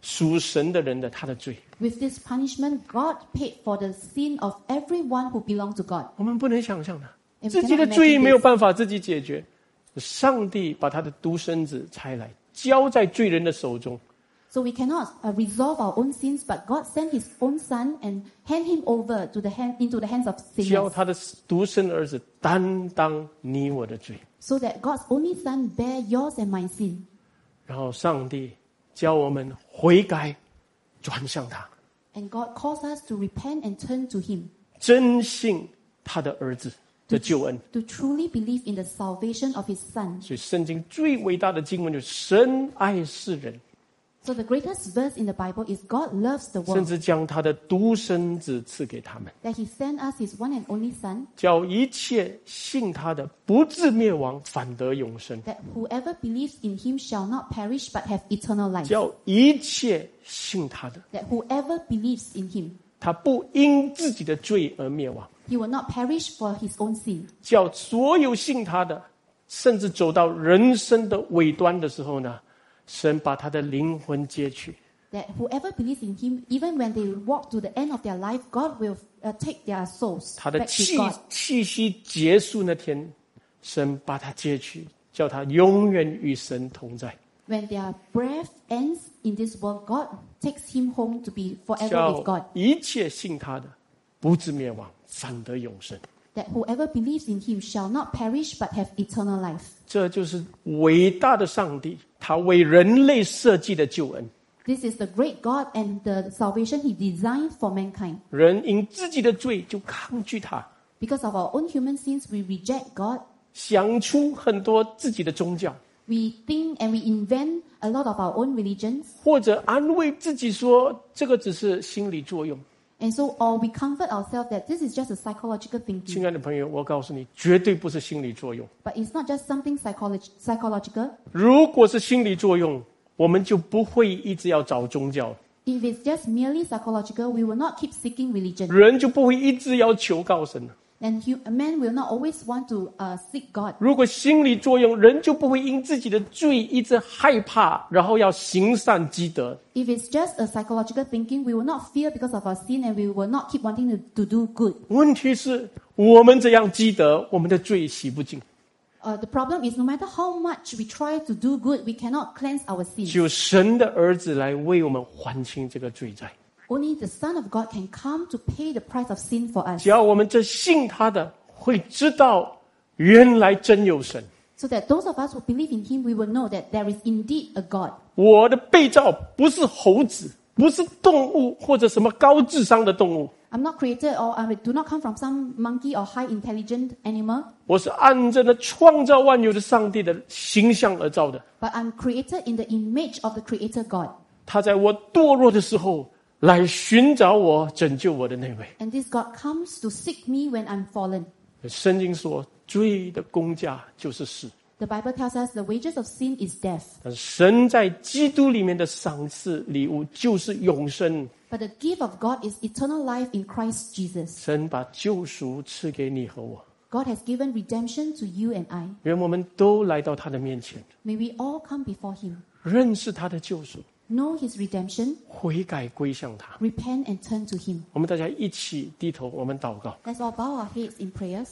[SPEAKER 1] 属神的人的他的罪。
[SPEAKER 2] With this punishment, God paid for the sin of everyone who belonged to God.
[SPEAKER 1] 我们不能想象的，
[SPEAKER 2] If
[SPEAKER 1] 自己的
[SPEAKER 2] cannot
[SPEAKER 1] 罪
[SPEAKER 2] imagine
[SPEAKER 1] 没有办法自己解决，上帝把他的独生子差来，交在罪人的手中，
[SPEAKER 2] So we cannot uh, resolve our own sins, but God sent his own Son and hand him over to the hand, into the hands of
[SPEAKER 1] 交
[SPEAKER 2] sinners,
[SPEAKER 1] 他的独生儿子担当你我的罪，
[SPEAKER 2] so that God's only Son bear yours and my sin.
[SPEAKER 1] 然后上帝教我们悔改，转向他。
[SPEAKER 2] And God calls us to repent and turn to Him,
[SPEAKER 1] 真信他的儿子的救恩。
[SPEAKER 2] to truly believe in the salvation of His Son.
[SPEAKER 1] 所以，圣经最伟大的经文就是“神爱世人，
[SPEAKER 2] So the greatest verse in the Bible is God loves the
[SPEAKER 1] 甚
[SPEAKER 2] world,
[SPEAKER 1] 至将他的独生子赐给他们，
[SPEAKER 2] that He sent us His one and only Son,
[SPEAKER 1] 叫一切信他的不至灭亡，反得永生；
[SPEAKER 2] that whoever believes in Him shall not perish but have eternal life.
[SPEAKER 1] 叫一切信他的，
[SPEAKER 2] That whoever believes in Him,
[SPEAKER 1] 他不因自己的罪而灭亡；
[SPEAKER 2] He will not perish for His own sin.
[SPEAKER 1] 叫所有信他的，甚至走到人生的尾端的时候呢，神把他的灵魂接去，
[SPEAKER 2] that whoever believes in him, even when they walk to the end of their life, God will uh, take their souls
[SPEAKER 1] 他的
[SPEAKER 2] back
[SPEAKER 1] 气
[SPEAKER 2] to God.
[SPEAKER 1] 气息结束那天，神把他接去，叫他永远与神同在，
[SPEAKER 2] When their breath ends in this world, God takes him home to be forever
[SPEAKER 1] 叫
[SPEAKER 2] with God.
[SPEAKER 1] 一切信他的不至灭亡，反得永生。
[SPEAKER 2] That whoever believes in him shall not perish but have eternal life.
[SPEAKER 1] 这就是伟大的上帝，他为人类设计的救恩。
[SPEAKER 2] This is the great God and the salvation he designed for mankind.
[SPEAKER 1] 人因自己的罪就抗拒他，
[SPEAKER 2] Because of our own human sins, we reject God.
[SPEAKER 1] 想出很多自己的宗教，
[SPEAKER 2] We think and we invent a lot of our own religions.
[SPEAKER 1] 或者安慰自己说这个只是心理作用。
[SPEAKER 2] And so, or we comfort ourselves that this is just a psychological thinking.
[SPEAKER 1] 亲爱的朋友，我告诉你，绝对不是心理作用。
[SPEAKER 2] But it's not just something psychologi- psychological.
[SPEAKER 1] 如果是心理作用，我们就不会一直要找宗教，
[SPEAKER 2] If it's just merely psychological, we will not keep seeking religion.
[SPEAKER 1] 人就不会一直要求告神了。
[SPEAKER 2] And hu- man will not always want to uh, seek God.
[SPEAKER 1] 如果心理作用，人就不会因自己的罪一直害怕，然后要行善积德。
[SPEAKER 2] If it's just a psychological thinking, we will not fear because of our sin and we will not keep wanting to, to do good.
[SPEAKER 1] 问题是，我们这样积德，我们的罪洗不净，
[SPEAKER 2] Uh, the problem is no matter how much we try to do good, we cannot cleanse our sins.
[SPEAKER 1] 只有神的儿子来为我们还清这个罪债。
[SPEAKER 2] Only the Son of God can come to pay the price of sin for us
[SPEAKER 1] 只要我们这信他的，会知道原来真有神。
[SPEAKER 2] so that those of us who believe in Him, we will know that there is indeed a God.
[SPEAKER 1] 我的被造不是猴子，不是动物或者什么高智商的动物，
[SPEAKER 2] I'm not created or I do not come from some monkey or high intelligent animal,
[SPEAKER 1] 我是按着那创造万有的上帝的形象而造的。
[SPEAKER 2] but I'm created in the image of the Creator God.
[SPEAKER 1] 他在我堕落的时候来寻找我、拯救我的那位。
[SPEAKER 2] And this God comes to seek me when I'm fallen.
[SPEAKER 1] 圣经说，罪的公价就是死，
[SPEAKER 2] The Bible tells us the wages of sin is death,
[SPEAKER 1] 但神在基督里面的赏赐礼物就是永生。
[SPEAKER 2] but the gift of God is eternal life in Christ Jesus.
[SPEAKER 1] 神把救赎赐给你和我。
[SPEAKER 2] God has given redemption to you and I.
[SPEAKER 1] 愿我们都来到他的面前，
[SPEAKER 2] May we all come before Him,
[SPEAKER 1] 认识他的救赎，
[SPEAKER 2] know His redemption,
[SPEAKER 1] 悔改归向他。
[SPEAKER 2] repent and turn to Him.
[SPEAKER 1] 我们大家一起低头，我们祷告。
[SPEAKER 2] Let's all bow our heads in prayers.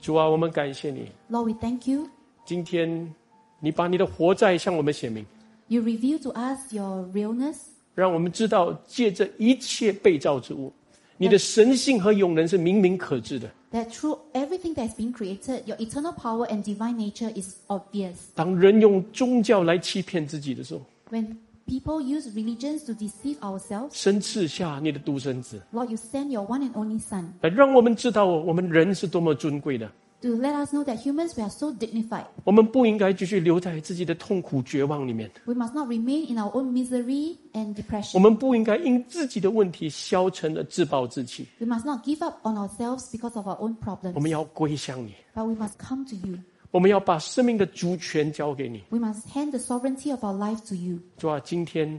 [SPEAKER 1] 主啊，我们感谢你，
[SPEAKER 2] Lord, we thank you.
[SPEAKER 1] 今天你把你的活在向我们显明，
[SPEAKER 2] You reveal to us your realness
[SPEAKER 1] 让我们知道借着一切被造之物，你的神性和永能是明明可知的。
[SPEAKER 2] that through everything that has been created, your eternal power and divine nature is obvious.
[SPEAKER 1] 当人用宗教来欺骗自己的时候，
[SPEAKER 2] When people use religions to deceive ourselves,
[SPEAKER 1] 神赐下你的独生子，
[SPEAKER 2] Lord, you send your one and only Son
[SPEAKER 1] 来让我们知道我们人是多么尊贵的。
[SPEAKER 2] to let us know that humans we are so dignified.
[SPEAKER 1] 我们不应该继续留在自己的痛苦绝望里面。
[SPEAKER 2] We must not remain in our own misery and
[SPEAKER 1] 我
[SPEAKER 2] depression.
[SPEAKER 1] 们不应该因自己的问题消沉而自暴自弃，
[SPEAKER 2] We must not give up on ourselves because of our own
[SPEAKER 1] 我们
[SPEAKER 2] problems,
[SPEAKER 1] 要归向你，
[SPEAKER 2] but we must come to you.
[SPEAKER 1] 我们要把生命的主权交给你。
[SPEAKER 2] We must hand the sovereignty of our life to you.
[SPEAKER 1] 主啊，今天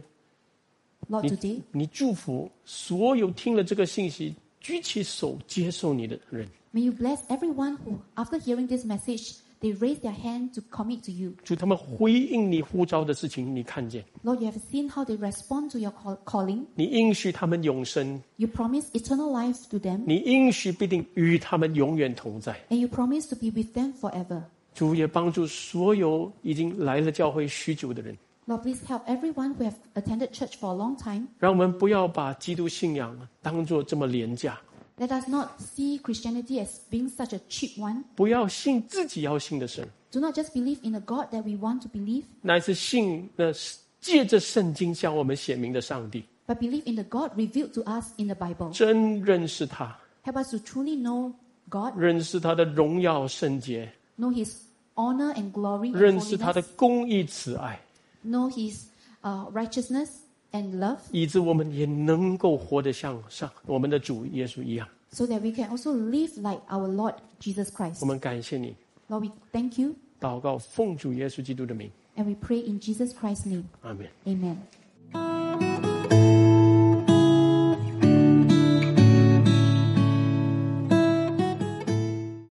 [SPEAKER 2] Lord,
[SPEAKER 1] 你
[SPEAKER 2] today
[SPEAKER 1] 你祝福所有听了这个信息举起手接受你的人，
[SPEAKER 2] may you bless everyone who, after hearing this message, they raise their hand to commit to you.
[SPEAKER 1] 祝他们回应你呼召的事情，你看见，
[SPEAKER 2] Lord, you have seen how they respond to your call- calling.
[SPEAKER 1] 你应许他们永生，
[SPEAKER 2] You promise eternal life to them,
[SPEAKER 1] 你应许必定与他们永远同在。
[SPEAKER 2] and you promise to be with them forever.
[SPEAKER 1] 主也帮助所有已经来了教会许久的人，
[SPEAKER 2] Lord, please help everyone who have attended church for a long time.
[SPEAKER 1] 让我们不要把基督信仰当作这么廉价。
[SPEAKER 2] Let us not see Christianity as being such a cheap one.
[SPEAKER 1] 不要信自己要信的神，
[SPEAKER 2] Do not just believe in a God that we want to believe,
[SPEAKER 1] 乃是信那借着圣经向我们显明的上帝，
[SPEAKER 2] but believe in the God revealed to us in the Bible.
[SPEAKER 1] 真认识他，
[SPEAKER 2] Help us to truly know God,
[SPEAKER 1] 认识他的荣耀圣洁，
[SPEAKER 2] know His honor and glory, and
[SPEAKER 1] 认识他的
[SPEAKER 2] holiness,
[SPEAKER 1] 公义慈爱，
[SPEAKER 2] know His uh, righteousness and love,
[SPEAKER 1] 以致我们也能够活得像上我们的主耶稣一样。
[SPEAKER 2] so that we can also live like our Lord Jesus Christ.
[SPEAKER 1] 我们感谢你，
[SPEAKER 2] Lord, we thank you
[SPEAKER 1] 祷告奉主耶稣基督的名，
[SPEAKER 2] and we pray in Jesus Christ's name.
[SPEAKER 1] 阿门。
[SPEAKER 2] Amen.